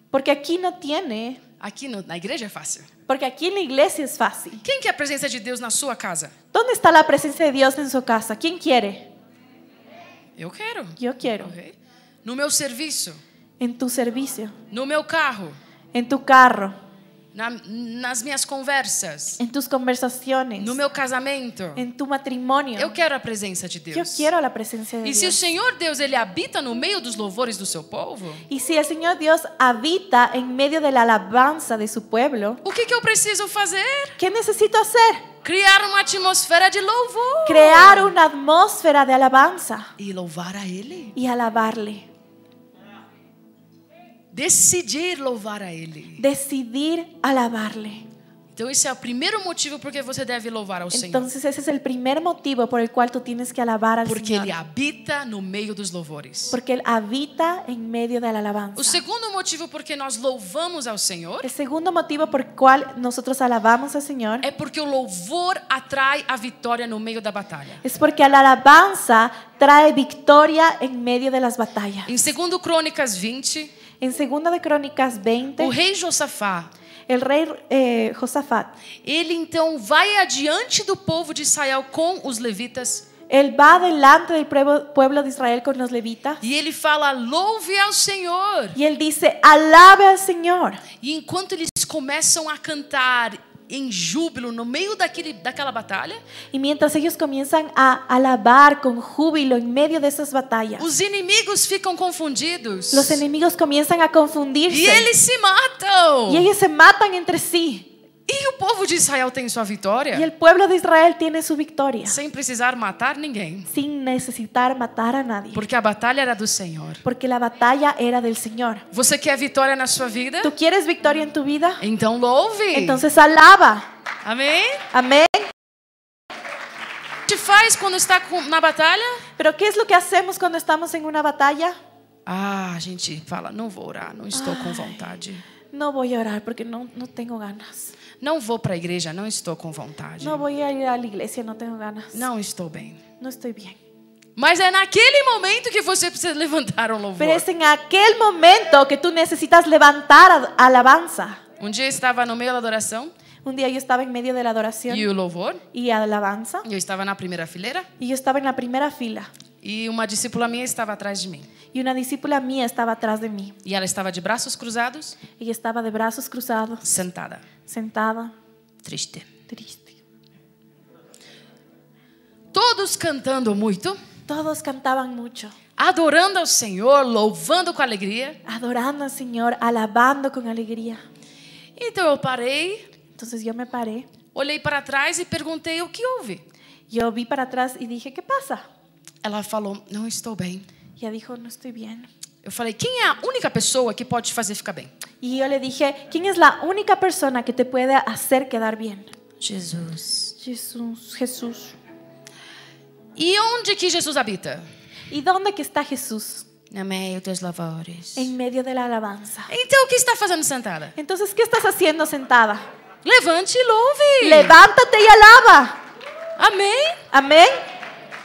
S3: Porque aquí no tiene,
S2: Aqui no- na igreja é fácil.
S3: porque aquí en la iglesia es fácil.
S2: Quem quer a presença de Deus na sua casa?
S3: ¿Dónde está la presencia de Dios en su casa? ¿Quién quiere?
S2: Eu quero.
S3: Yo quiero.
S2: Ok? No meu serviço,
S3: En tu servicio,
S2: no meu carro,
S3: en tu carro,
S2: na- nas minhas conversas,
S3: en tus conversaciones,
S2: no meu casamento.
S3: en tu matrimonio.
S2: Eu quero a presença de
S3: Yo
S2: Deus.
S3: quiero la presencia de
S2: E se o
S3: Dios.
S2: Senhor Deus ele habita no meio dos louvores do seu povo,
S3: Y si el Señor Dios habita en medio de la alabanza de su pueblo,
S2: o que, que eu preciso fazer?
S3: ¿qué necesito hacer?
S2: Criar uma atmosfera de louvor.
S3: Crear una atmósfera de alabanza
S2: E louvar a Ele.
S3: y alabarle.
S2: Decidir louvar a Ele.
S3: Decidir alabarle.
S2: Então esse é o primeiro motivo porque você deve louvar ao Senhor.
S3: Entonces ese es el primer motivo por el cual tú tienes que alabar al
S2: Porque
S3: Señor.
S2: Ele habita no meio dos louvores.
S3: Porque Él habita en medio de la
S2: O
S3: alabanza.
S2: segundo motivo porque nós louvamos ao Senhor
S3: El segundo motivo por el cual nosotros alabamos al Señor
S2: é porque o louvor atrai a vitória no meio da batalha.
S3: es porque la alabanza trae victoria en medio de las batallas.
S2: Em 2 Crônicas 20,
S3: En 2 de Crónicas
S2: o
S3: 20,
S2: rei Josafá,
S3: el rey eh, Josafat,
S2: ele então vai adiante do povo de Israel com os levitas
S3: él va delante del pueblo pueblo de Israel con los levitas
S2: e ele fala: "Louve ao Senhor".
S3: y él dice, alabe al Señor.
S2: E enquanto eles começam a cantar em júbilo no meio daquele, daquela batalha,
S3: Y mientras ellos comienzan a alabar con júbilo en medio de esas batallas,
S2: os inimigos ficam confundidos.
S3: los enemigos comienzan a confundirse
S2: E eles se matam.
S3: y ellos se matan entre sí.
S2: E o povo de Israel tem sua vitória
S3: Y el pueblo de Israel tiene su victoria
S2: sem precisar matar ninguém,
S3: sin necesitar matar a nadie,
S2: porque a batalha era do Senhor.
S3: porque la batalla era del Señor.
S2: Você quer vitória na sua vida?
S3: ¿Tú quieres victoria en tu vida?
S2: Então louve.
S3: Entonces alaba.
S2: Amém?
S3: Amén.
S2: O que faz quando está com- na batalha?
S3: Pero ¿qué es lo que hacemos cuando estamos en una batalla?
S2: Ah, a gente fala, não vou orar, não estou com vontade.
S3: No voy a orar porque no, no tengo ganas.
S2: Não vou para a igreja, não estou com vontade.
S3: No voy a ir a la iglesia, no tengo ganas.
S2: Não estou bem.
S3: No estoy bien.
S2: Mas é naquele momento que você precisa [laughs] levantar um louvor.
S3: Pero es en aquel momento que tú necesitas levantar ad- alabanza.
S2: Um dia eu estava no meio da adoração
S3: Un día yo estaba en medio de la adoración
S2: e o louvor.
S3: y alabanza
S2: Eu estava na primeira fileira
S3: y yo estaba en la primera fila
S2: e uma discípula minha estava atrás de mim.
S3: y una discípula mía estaba atrás de mí.
S2: E ela estava de braços cruzados,
S3: Ella estaba de brazos cruzados,
S2: sentada,
S3: sentada,
S2: triste.
S3: triste.
S2: Todos cantando muito,
S3: Todos cantaban mucho,
S2: adorando ao Senhor, louvando com alegria.
S3: adorando al Señor, alabando con alegría.
S2: Então eu parei,
S3: Entonces yo me paré,
S2: olhei para trás e perguntei o que houve.
S3: yo vi para atrás y dije, ¿qué pasa?
S2: Ela falou: "Não estou bem".
S3: Ella dijo, no estoy bien.
S2: Eu falei: "Quem é a única pessoa que pode te fazer ficar bem?"
S3: Y yo le dije, ¿quién es la única persona que te puede hacer quedar bien?
S2: Jesus.
S3: Jesús, Jesús.
S2: E onde que Jesus habita?
S3: ¿Y dónde que está Jesús?
S2: No meio dos louvores.
S3: En medio de la alabanza.
S2: Então o que está fazendo sentada?
S3: Entonces, ¿qué estás haciendo sentada?
S2: Levante e louve.
S3: Levántate y alaba.
S2: Amém.
S3: Amén.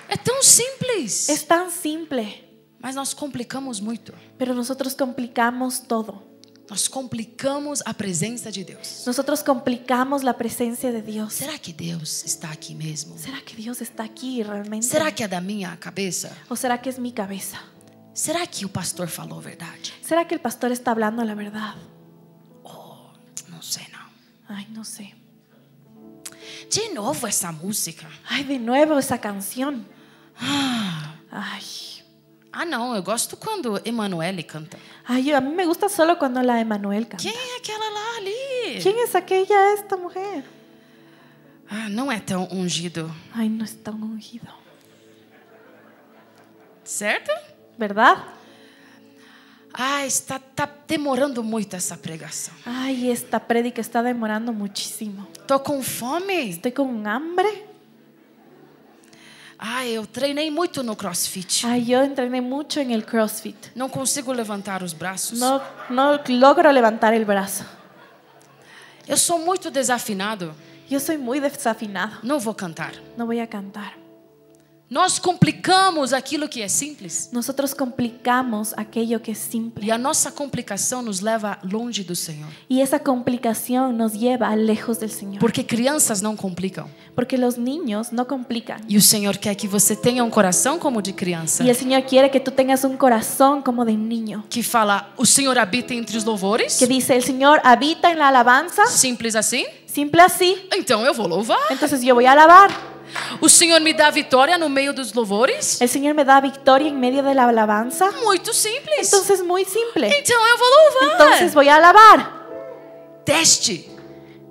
S2: É tão simples.
S3: Es tan simple,
S2: Mas nós complicamos muito.
S3: pero nosotros complicamos todo.
S2: Nós complicamos a presença de Deus.
S3: Nosotros complicamos la presencia de Dios.
S2: Será que Deus está aqui mesmo?
S3: ¿Será que Dios está aquí realmente?
S2: Será que é da minha cabeça?
S3: ¿O será que es mi cabeza?
S2: Será que o pastor falou a verdade?
S3: ¿Será que el pastor está hablando la verdad?
S2: Oh, não sei não.
S3: Ay, no sé.
S2: De novo essa música.
S3: Ay, de nuevo esa canción.
S2: Ah,
S3: Ay.
S2: ah, não, eu gosto quando Emanuele canta.
S3: Ay, a mí me gusta solo cuando la Emanuel canta.
S2: Quem é aquela lá ali?
S3: ¿Quién es aquella esta mujer?
S2: Ah, não é tão ungido,
S3: Ay, no es tan ungido.
S2: certo?
S3: ¿verdad?
S2: Ah, está, tá demorando muito essa pregação.
S3: Ay, esta prédica está demorando muchísimo.
S2: Tô com fome.
S3: Estoy con un hambre.
S2: Ah, eu treinei muito no crossfit.
S3: Ay, yo entrené mucho en el CrossFit.
S2: Não consigo levantar os braços.
S3: No, no logro levantar el brazo.
S2: Eu sou muito desafinado.
S3: Yo soy muy desafinado.
S2: Não vou cantar.
S3: No voy a cantar.
S2: Nós complicamos aquilo que é simples.
S3: Nosotros complicamos aquello que es simple.
S2: E a nossa complicação nos leva longe do Senhor.
S3: Y esa complicación nos lleva lejos del Señor.
S2: Porque crianças não complicam.
S3: Porque los niños no complican.
S2: E o Senhor quer que você tenha um coração como de criança.
S3: Y el Señor quiere que tú tengas un corazón como de niño.
S2: Que fala, o Senhor habita entre os louvores?
S3: Que dice, el Señor habita en la alabanza.
S2: Simples assim?
S3: Simple así.
S2: Então eu vou louvar.
S3: Entonces yo voy a alabar.
S2: O Senhor me dá vitória no meio dos louvores?
S3: El Señor me da victoria en medio de la alabanza.
S2: Muito simples.
S3: Entonces muy simple.
S2: Então eu vou louvar.
S3: Entonces voy a alabar.
S2: Teste.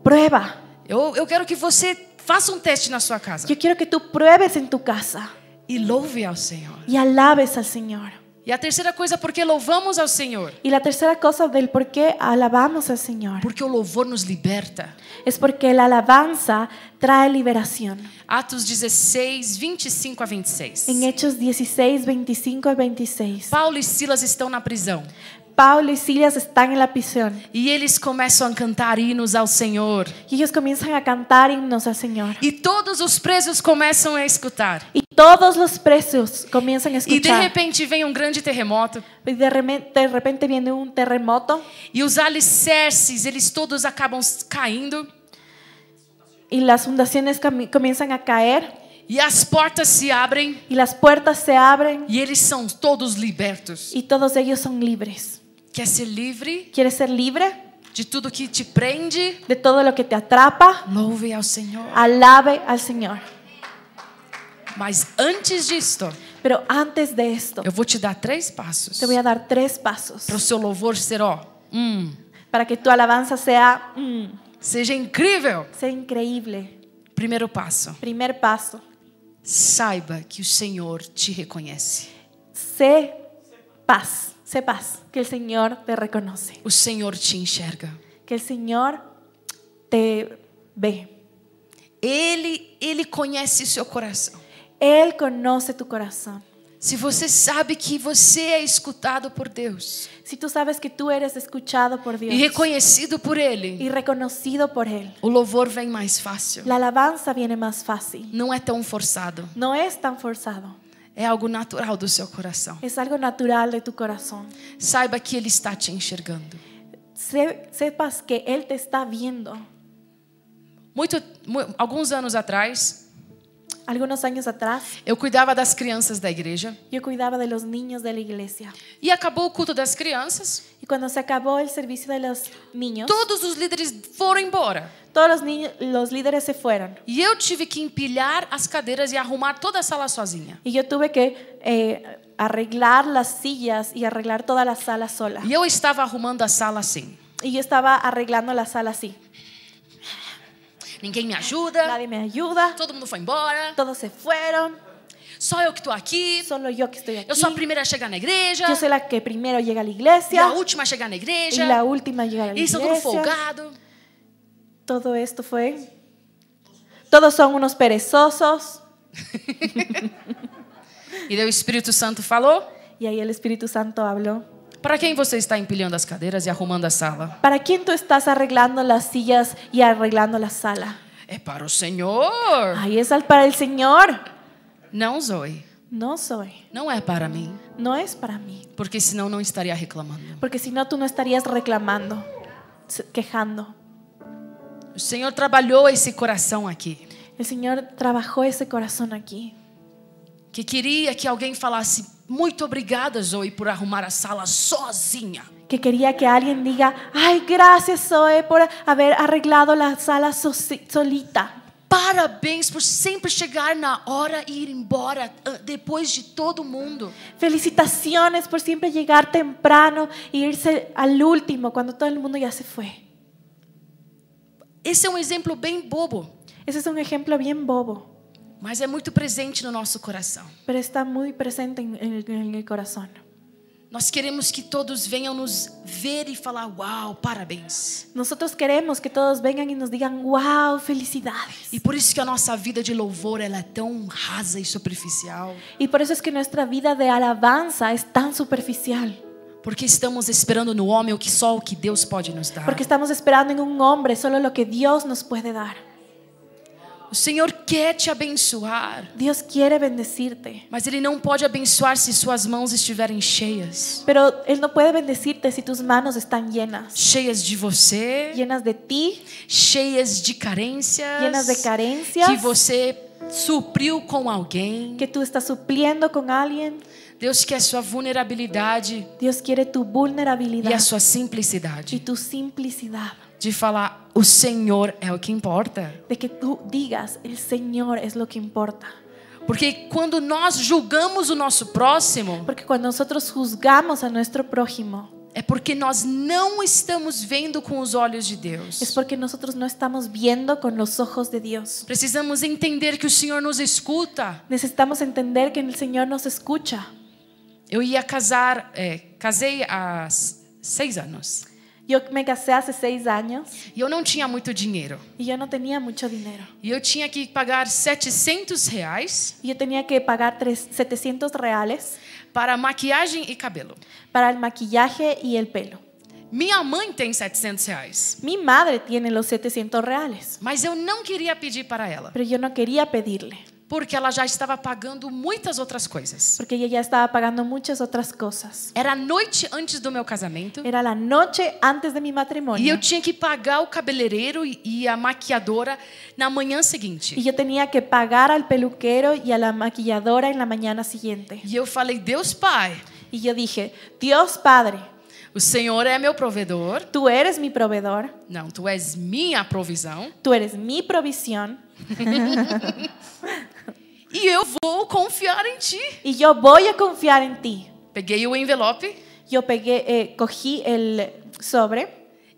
S3: Prueba.
S2: Eu, eu quero que você faça um teste na sua casa.
S3: Yo quiero que tú pruebes en tu casa
S2: E louve ao Senhor.
S3: y alabes al Señor.
S2: E a terceira coisa, porque louvamos ao Senhor.
S3: Y la tercera cosa del por qué alabamos al Señor
S2: Porque o louvor nos liberta.
S3: es porque la alabanza trae liberación.
S2: Atos 16, 25 a 26.
S3: En Hechos 16, 25 al 26,
S2: Paulo e Silas estão na prisão.
S3: Pablo y Silas están en la prisión
S2: E eles começam a cantar hinos ao Senhor.
S3: y ellos comienzan a cantar himnos al Señor.
S2: E todos os presos começam a escutar.
S3: Y todos los presos comienzan a
S2: E de
S3: escuchar.
S2: repente vem um grande terremoto.
S3: Y de remen- de repente viene un terremoto
S2: E os alicerces, eles todos acabam s- caindo.
S3: y las fundaciones cami- comienzan a caer
S2: E as portas se abrem.
S3: y las puertas se abren
S2: E eles são todos libertos.
S3: y todos ellos son libres.
S2: Quer ser livre
S3: ¿Quieres ser libre
S2: de tudo que te prende?
S3: de todo lo que te atrapa?
S2: Louve ao Senhor.
S3: Alabe al Señor.
S2: Mas antes disto,
S3: Pero antes de esto,
S2: eu vou te dar três passos
S3: te voy Então, a dar tres pasos
S2: para o seu louvor ser ó, hum,
S3: para que tu alabanza sea, mm,
S2: seja incrível.
S3: sea increíble.
S2: Primeiro passo,
S3: Primer paso,
S2: saiba que o Senhor te reconhece.
S3: sé paz, sé paz, que el Señor te reconoce,
S2: O Senhor te enxerga.
S3: que el Señor te ve.
S2: Ele, ele conhece o seu coração.
S3: Él conoce tu corazón.
S2: Se você sabe que você é escutado por Deus
S3: Si tú sabes que tú eres escuchado por Dios
S2: e reconhecido por Ele,
S3: y reconocido por Él,
S2: o louvor vem mais fácil.
S3: la alabanza viene más fácil.
S2: Não é tão forçado.
S3: No es tan forzado,
S2: É algo natural do seu coração.
S3: es algo natural de tu corazón.
S2: Saiba que Ele está te enxergando.
S3: Se- sepas que Él te está viendo.
S2: Muito, mu- alguns anos atrás,
S3: Algunos años atrás,
S2: eu cuidava das crianças da igreja
S3: yo cuidaba de los niños de la iglesia.
S2: e acabou o culto das crianças.
S3: Y cuando se acabó el servicio de los niños,
S2: Todos os líderes foram embora
S3: todos los, niños, los líderes se fueron.
S2: e eu tive que empilhar as cadeiras e arrumar toda a sala sozinha.
S3: Y yo tuve que eh, arreglar las sillas y arreglar toda la sala sola.
S2: E eu estava arrumando a sala assim.
S3: Y yo estaba arreglando la sala así.
S2: Ninguém me ajuda,
S3: Nadie me ayuda,
S2: todo mundo foi embora,
S3: todos se fueron,
S2: só eu que tô aqui.
S3: solo yo que estoy aquí.
S2: Eu sou a primeira a chegar na igreja
S3: Yo soy la que primero llega a la
S2: e a
S3: iglesia
S2: última a chegar na
S3: y
S2: igreja.
S3: la última llega a la
S2: Eles são tudo
S3: iglesia.
S2: folgado.
S3: Todo esto fue. Todos son unos perezosos.
S2: E daí o Espírito Santo falou:
S3: Y ahí el Espíritu Santo habló.
S2: Para quem você está empilhando as cadeiras e arrumando a sala?
S3: ¿Para quién tú estás arreglando las sillas y arreglando la sala?
S2: É para o Senhor.
S3: Ahí es al- para el Señor.
S2: Não, Zoe.
S3: No soy.
S2: Não é para mim.
S3: No es para mí.
S2: Porque senão não estaria reclamando.
S3: Porque si no, tú no estarías reclamando, s- quejando.
S2: O Senhor trabalhou esse coração aqui.
S3: El Señor trabajó ese corazón aquí.
S2: Que queria que alguém falasse: Muito obrigada, Zoe, por arrumar a sala sozinha.
S3: Que quería que alguien diga, ay, gracias Zoe por haber arreglado la sala soci- solita.
S2: Parabéns por sempre chegar na hora e ir embora ah, depois de todo mundo.
S3: Felicitaciones por siempre llegar temprano e irse al último cuando todo el mundo ya se fue.
S2: Esse é um exemplo bem bobo,
S3: Ese es un ejemplo bien bobo.
S2: mas é muito presente no nosso coração.
S3: pero está muy presente en, en el- en el corazón.
S2: Nós queremos que todos venham nos ver e falar: Uau, parabéns.
S3: Nosotros queremos que todos vengan y nos digan, wow, felicidades.
S2: E por isso que a nossa vida de louvor ela é tão rasa e superficial.
S3: Y por eso es que nuestra vida de alabanza es tan superficial,
S2: Porque estamos esperando no homem o que só o que Deus pode nos dar.
S3: porque estamos esperando en un hombre solo lo que Dios nos puede dar.
S2: O Senhor quer te abençoar,
S3: Dios quiere bendecirte,
S2: mas Ele não pode abençoar se suas mãos estiverem cheias
S3: pero Él no puede bendecirte si tus manos están llenas,
S2: cheias de você,
S3: llenas de ti,
S2: cheias de carências,
S3: llenas de carencias,
S2: que você supriu com alguém.
S3: que tú estás supliendo con alguien.
S2: Deus quer sua vulnerabilidade
S3: Dios quiere tu vulnerabilidad
S2: e a sua
S3: y
S2: simplicidade
S3: tu simplicidad,
S2: de falar: o Senhor é o que importa.
S3: de que tú digas, el Señor es lo que importa.
S2: Porque quando nós julgamos o nosso próximo,
S3: Porque cuando nosotros juzgamos a nuestro prójimo,
S2: é porque nós não estamos vendo com os olhos de
S3: es
S2: Deus.
S3: porque nosotros no estamos viendo con los ojos de Dios.
S2: Precisamos entender que o Senhor nos escuta.
S3: Necesitamos entender que el Señor nos escucha.
S2: Eu ia casar, é, casei há s- seis anos
S3: Yo me casé hace seis años
S2: e eu não tinha muito dinheiro.
S3: y yo no tenía mucho dinero.
S2: E eu tinha que pagar 700 reais
S3: Yo tenía que pagar tres- 700 reales
S2: para maquiagem e cabelo.
S3: para el maquillaje y el pelo.
S2: Minha mãe tem 700 reais,
S3: Mi madre tiene los 700 reales,
S2: mas eu não queria pedir para ela,
S3: pero yo no quería pedirle
S2: porque ela já estava pagando muitas outras coisas.
S3: porque ella ya estaba pagando muchas otras cosas.
S2: Era noite antes do meu casamento
S3: Era la noche antes de mi
S2: e
S3: matrimonio
S2: eu tinha que pagar o cabeleireiro e- e a maquiadora na manhã seguinte.
S3: y yo tenía que pagar al peluquero y a la maquilladora en la mañana siguiente.
S2: E eu falei: Deus Pai,
S3: Y yo dije, Dios Padre,
S2: o Senhor é meu provedor.
S3: tú eres mi proveedor,
S2: Não, tu és minha provisão.
S3: tú eres mi provisión
S2: E eu vou confiar em ti.
S3: y yo voy a confiar en ti.
S2: Peguei o envelope
S3: Yo pegué, eh, cogí el sobre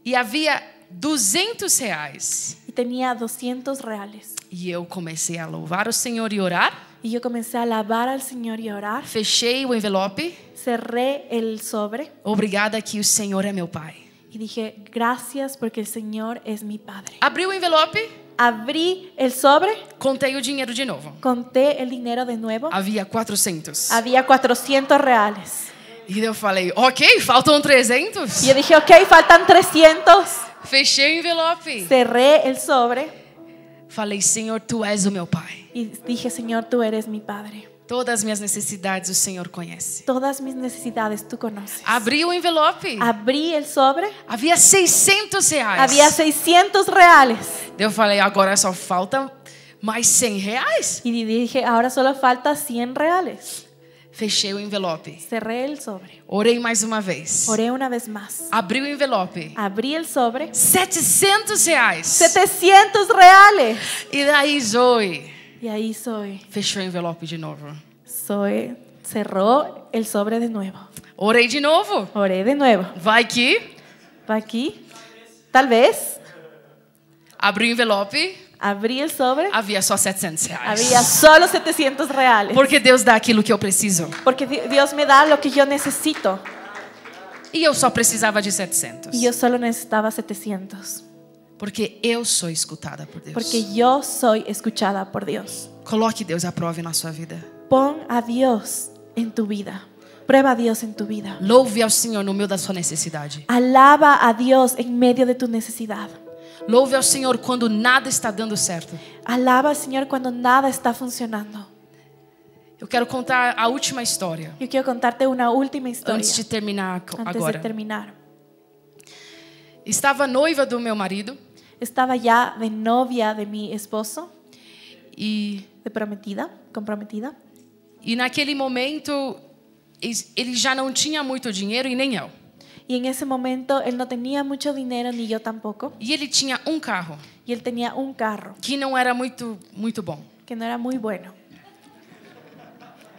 S2: e havia 200 reais.
S3: y tenía 200 reales.
S2: E eu comecei a louvar o Senhor e orar.
S3: Y yo comencé a alabar al Señor y a orar.
S2: Fechei o envelope.
S3: Cerré el sobre
S2: Obrigada que o Senhor é meu Pai.
S3: y dije, gracias porque el Señor es mi Padre.
S2: Abri o envelope,
S3: Abrí el sobre,
S2: contei o dinheiro de novo.
S3: conté el dinero de nuevo.
S2: Havia 400.
S3: Había 400 reales.
S2: E eu falei, ok, faltam 300.
S3: Y yo dije, ok, faltan 300.
S2: Fechei o envelope.
S3: Cerré el sobre
S2: Falei, Senhor, Tu és o meu Pai.
S3: y dije, Señor, tú eres mi Padre.
S2: Todas as minhas necessidades o Senhor conhece.
S3: Todas mis necesidades tú conoces.
S2: Abri o envelope.
S3: Abrí el sobre.
S2: Havia 600 reais.
S3: Había 600 reales.
S2: Eu falei, agora só falta mais 100 reais.
S3: Y dije, ahora solo falta 100 reales.
S2: Fechei o envelope.
S3: Cerré el sobre.
S2: Orei mais uma vez.
S3: Oré una vez más.
S2: Abri o envelope.
S3: Abrí el sobre.
S2: 700 reais.
S3: 700 reales.
S2: E daí, Zoe,
S3: Y ahí soy.
S2: fechou o envelope de novo.
S3: Soy. Cerró el sobre de nuevo.
S2: Orei de novo.
S3: Oré de nuevo.
S2: Vai que
S3: Va aquí. Tal vez.
S2: abri o envelope,
S3: Abrí el sobre.
S2: havia só 700 reais.
S3: Había solo 700 reales.
S2: Porque Deus dá aquilo que eu preciso.
S3: Porque Di- Dios me da lo que yo necesito.
S2: E eu só precisava de 700.
S3: Y yo solo necesitaba 700.
S2: Porque eu sou escutada por Deus.
S3: Porque yo soy escuchada por Dios.
S2: Coloque Deus à prova na sua vida.
S3: Pon a Dios en tu vida. Prueba a Dios en tu vida.
S2: Louve ao Senhor no meio da sua necessidade.
S3: Alaba a Dios en medio de tu necesidad.
S2: Louve ao Senhor quando nada está dando certo.
S3: Alaba al Señor cuando nada está funcionando.
S2: Eu quero contar a última história.
S3: Yo quiero contarte una última historia
S2: Antes de terminar co-
S3: antes de
S2: agora.
S3: terminar.
S2: Estava noiva do meu marido
S3: Estaba ya de novia de mi esposo,
S2: e
S3: de prometida, comprometida.
S2: E naquele momento, es- ele já não tinha muito dinheiro e nem eu.
S3: Y en ese momento él no tenía mucho dinero, ni yo tampoco.
S2: E ele tinha um carro,
S3: Y él tenía un carro,
S2: que não era muito, muito bom,
S3: que no era muy bueno,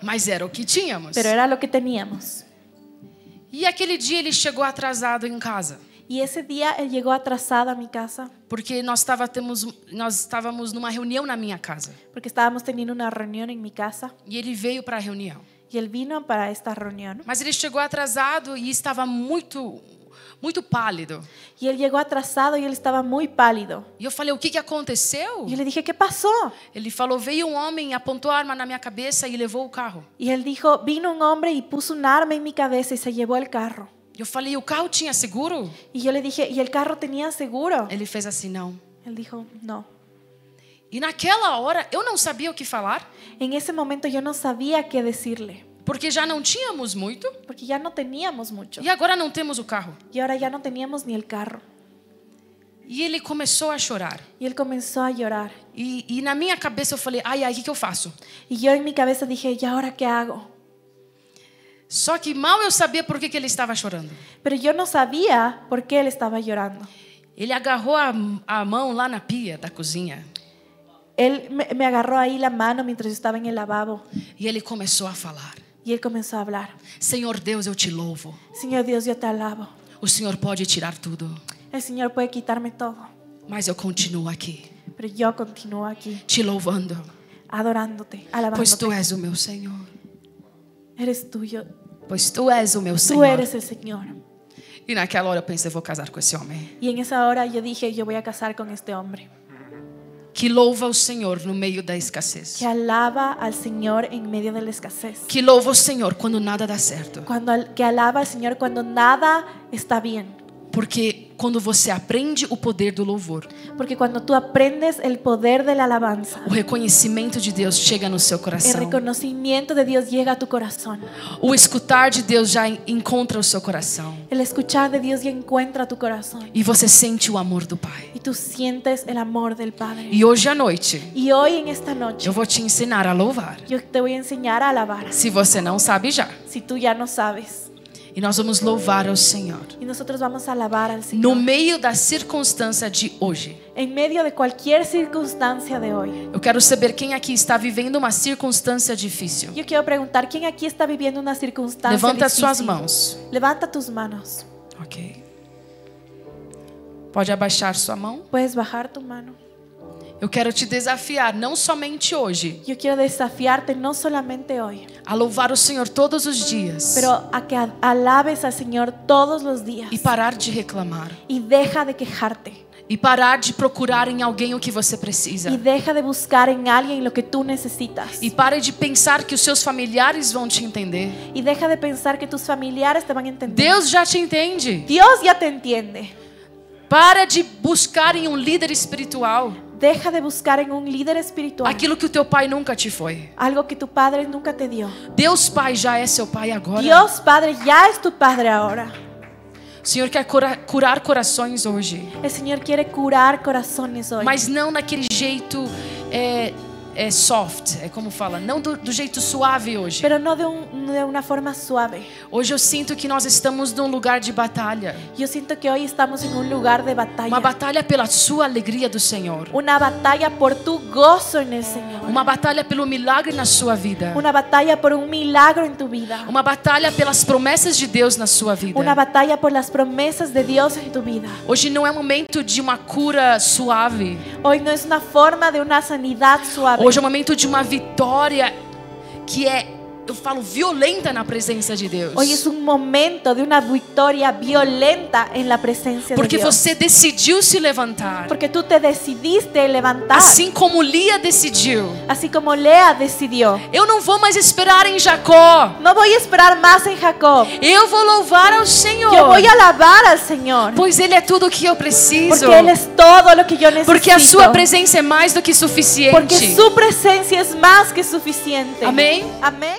S2: mas era o que tínhamos.
S3: pero era lo que teníamos.
S2: E aquele dia ele chegou atrasado em casa,
S3: Y ese día él llegó atrasado a mi casa
S2: porque nós, tava, temos, um, nós estávamos numa reunião na minha casa.
S3: porque estábamos teniendo una reunión en mi casa
S2: E ele veio para a reunião.
S3: Y él vino para esta reunión.
S2: Mas ele chegou atrasado e estava muito, muito pálido.
S3: Y él llegó atrasado y él estaba muy pálido.
S2: E eu falei, o que, que aconteceu?
S3: Y yo le dije, ¿qué pasó?
S2: Ele falou, veio um homem, apontou a arma na minha cabeça e levou o carro.
S3: Y él dijo, vino un hombre y puso un arma en mi cabeza y se llevó el carro.
S2: E Eu falei, o carro tinha seguro?
S3: Y yo le dije, ¿y el carro tenía seguro?
S2: Ele fez assim, não.
S3: Él dijo, no.
S2: E naquela hora, eu não sabia o que falar,
S3: En ese momento yo no sabía qué decirle,
S2: porque já não tínhamos muito
S3: porque ya no teníamos mucho.
S2: e agora não temos o carro.
S3: Y ahora ya no teníamos ni el carro.
S2: E ele começou a chorar.
S3: Y él comenzó a llorar.
S2: E, e na minha cabeça eu falei, ai, ai, o que, que eu faço?
S3: Y yo en mi cabeza dije, ¿y ahora qué hago?
S2: Só que mal eu sabia por que, que ele estava chorando.
S3: Pero yo no sabía por qué él estaba llorando.
S2: Ele agarrou a, a mão lá na pia da cozinha
S3: Él me, me agarró ahí la mano mientras yo estaba en el lavabo
S2: e ele começou a falar:
S3: y él comenzó a hablar.
S2: Senhor Deus, eu te louvo.
S3: Señor Dios, yo te alabo.
S2: O Senhor pode tirar tudo,
S3: El Señor puede quitarme todo,
S2: mas eu continuo aqui,
S3: pero yo continúo aquí
S2: te louvando,
S3: adorándote,
S2: pois
S3: alabándote.
S2: tu és o meu Senhor.
S3: Eres tuyo.
S2: Pois tu és o meu
S3: Tú
S2: Senhor.
S3: eres el Señor.
S2: E naquela hora eu pensei, vou casar com esse homem.
S3: Y en esa hora yo dije, yo voy a casar con este hombre,
S2: Que louva o Senhor no meio da escassez.
S3: que alaba al Señor en medio de la escasez,
S2: Que louva o Senhor quando nada dá certo.
S3: cuando al- que alaba al Señor cuando nada está bien,
S2: Porque quando você aprende o poder do louvor,
S3: porque cuando tú aprendes el poder de la alabanza,
S2: o reconhecimento de Deus chega no seu
S3: el
S2: coração.
S3: reconocimiento de Dios llega a tu corazón,
S2: O escutar de Deus já en- encontra o seu coração.
S3: el escuchar de Dios ya encuentra tu corazón
S2: E você sente o amor do Pai.
S3: y tú sientes el amor del Padre.
S2: E hoje à noite,
S3: Y hoy en esta noche
S2: eu vou te ensinar a louvar.
S3: yo te voy a enseñar a alabar,
S2: Se você não sabe já.
S3: si tú ya no sabes,
S2: E nós vamos louvar ao Senhor.
S3: y nosotros vamos a alabar al
S2: No
S3: Señor.
S2: meio da circunstância de hoje.
S3: En medio de cualquier circunstancia de hoy.
S2: Eu quero saber quem aqui está vivendo uma circunstância difícil.
S3: Yo quiero preguntar, ¿quién aquí está viviendo una circunstancia
S2: Levanta
S3: difícil?
S2: suas mãos.
S3: Levanta tus manos.
S2: Ok. Pode abaixar sua mão.
S3: Puedes bajar tu mano.
S2: Eu quero te desafiar, não somente hoje,
S3: Yo quiero desafiarte no solamente hoy,
S2: a louvar o Senhor todos os dias
S3: pero a que alabes al Señor todos los días.
S2: e parar de reclamar
S3: Y deja de quejarte.
S2: e parar de procurar em alguém o que você precisa.
S3: Y deja de buscar en alguien lo que tú necesitas.
S2: E pare de pensar que os seus familiares vão te entender.
S3: Y deja de pensar que tus familiares te van a entender.
S2: Deus já te entende.
S3: Dios ya te entiende.
S2: Para de buscar em um líder espiritual
S3: Deja de buscar en un líder espiritual
S2: aquilo que o teu pai nunca te foi.
S3: algo que tu padre nunca te dio.
S2: Deus Pai já é seu pai agora.
S3: Dios Padre ya es tu padre ahora.
S2: O Senhor quer cura- curar corações hoje,
S3: El Señor quiere curar corazones hoy.
S2: mas não naquele jeito é, é soft, é como fala, não do, do jeito suave hoje.
S3: pero no de, un- de una forma suave.
S2: Hoje eu sinto que nós estamos num lugar de batalha,
S3: Yo siento que hoy estamos en un lugar de batalla.
S2: uma batalha pela sua alegria do Senhor,
S3: Una batalla por tu gozo en el Señor.
S2: uma batalha pelo milagre na sua vida,
S3: Una batalla por un milagro en tu vida.
S2: uma batalha pelas promessas de Deus na sua vida.
S3: Una batalla por las promesas de Dios en tu vida.
S2: Hoje não é momento de uma cura suave.
S3: Hoy no es una forma de una sanidad suave.
S2: Hoje é o momento de uma vitória que é, eu falo, violenta na presença de Deus.
S3: Hoy es un momento de una victoria violenta en la presencia
S2: Porque
S3: de Dios.
S2: você decidiu se levantar.
S3: Porque tá. tú te decidiste levantar.
S2: Assim como Lia decidiu.
S3: así como Lea decidió.
S2: Eu não vou mais esperar em Jacó.
S3: No voy a esperar más en Jacob.
S2: Eu vou louvar ao Senhor.
S3: Yo voy a alabar al Señor.
S2: Pois Ele é tudo o que eu preciso.
S3: Porque é Él es todo lo que yo necesito.
S2: Porque a sua presença é mais do que
S3: Porque
S2: suficiente.
S3: su presencia es más que suficiente.
S2: Amén.
S3: Amén.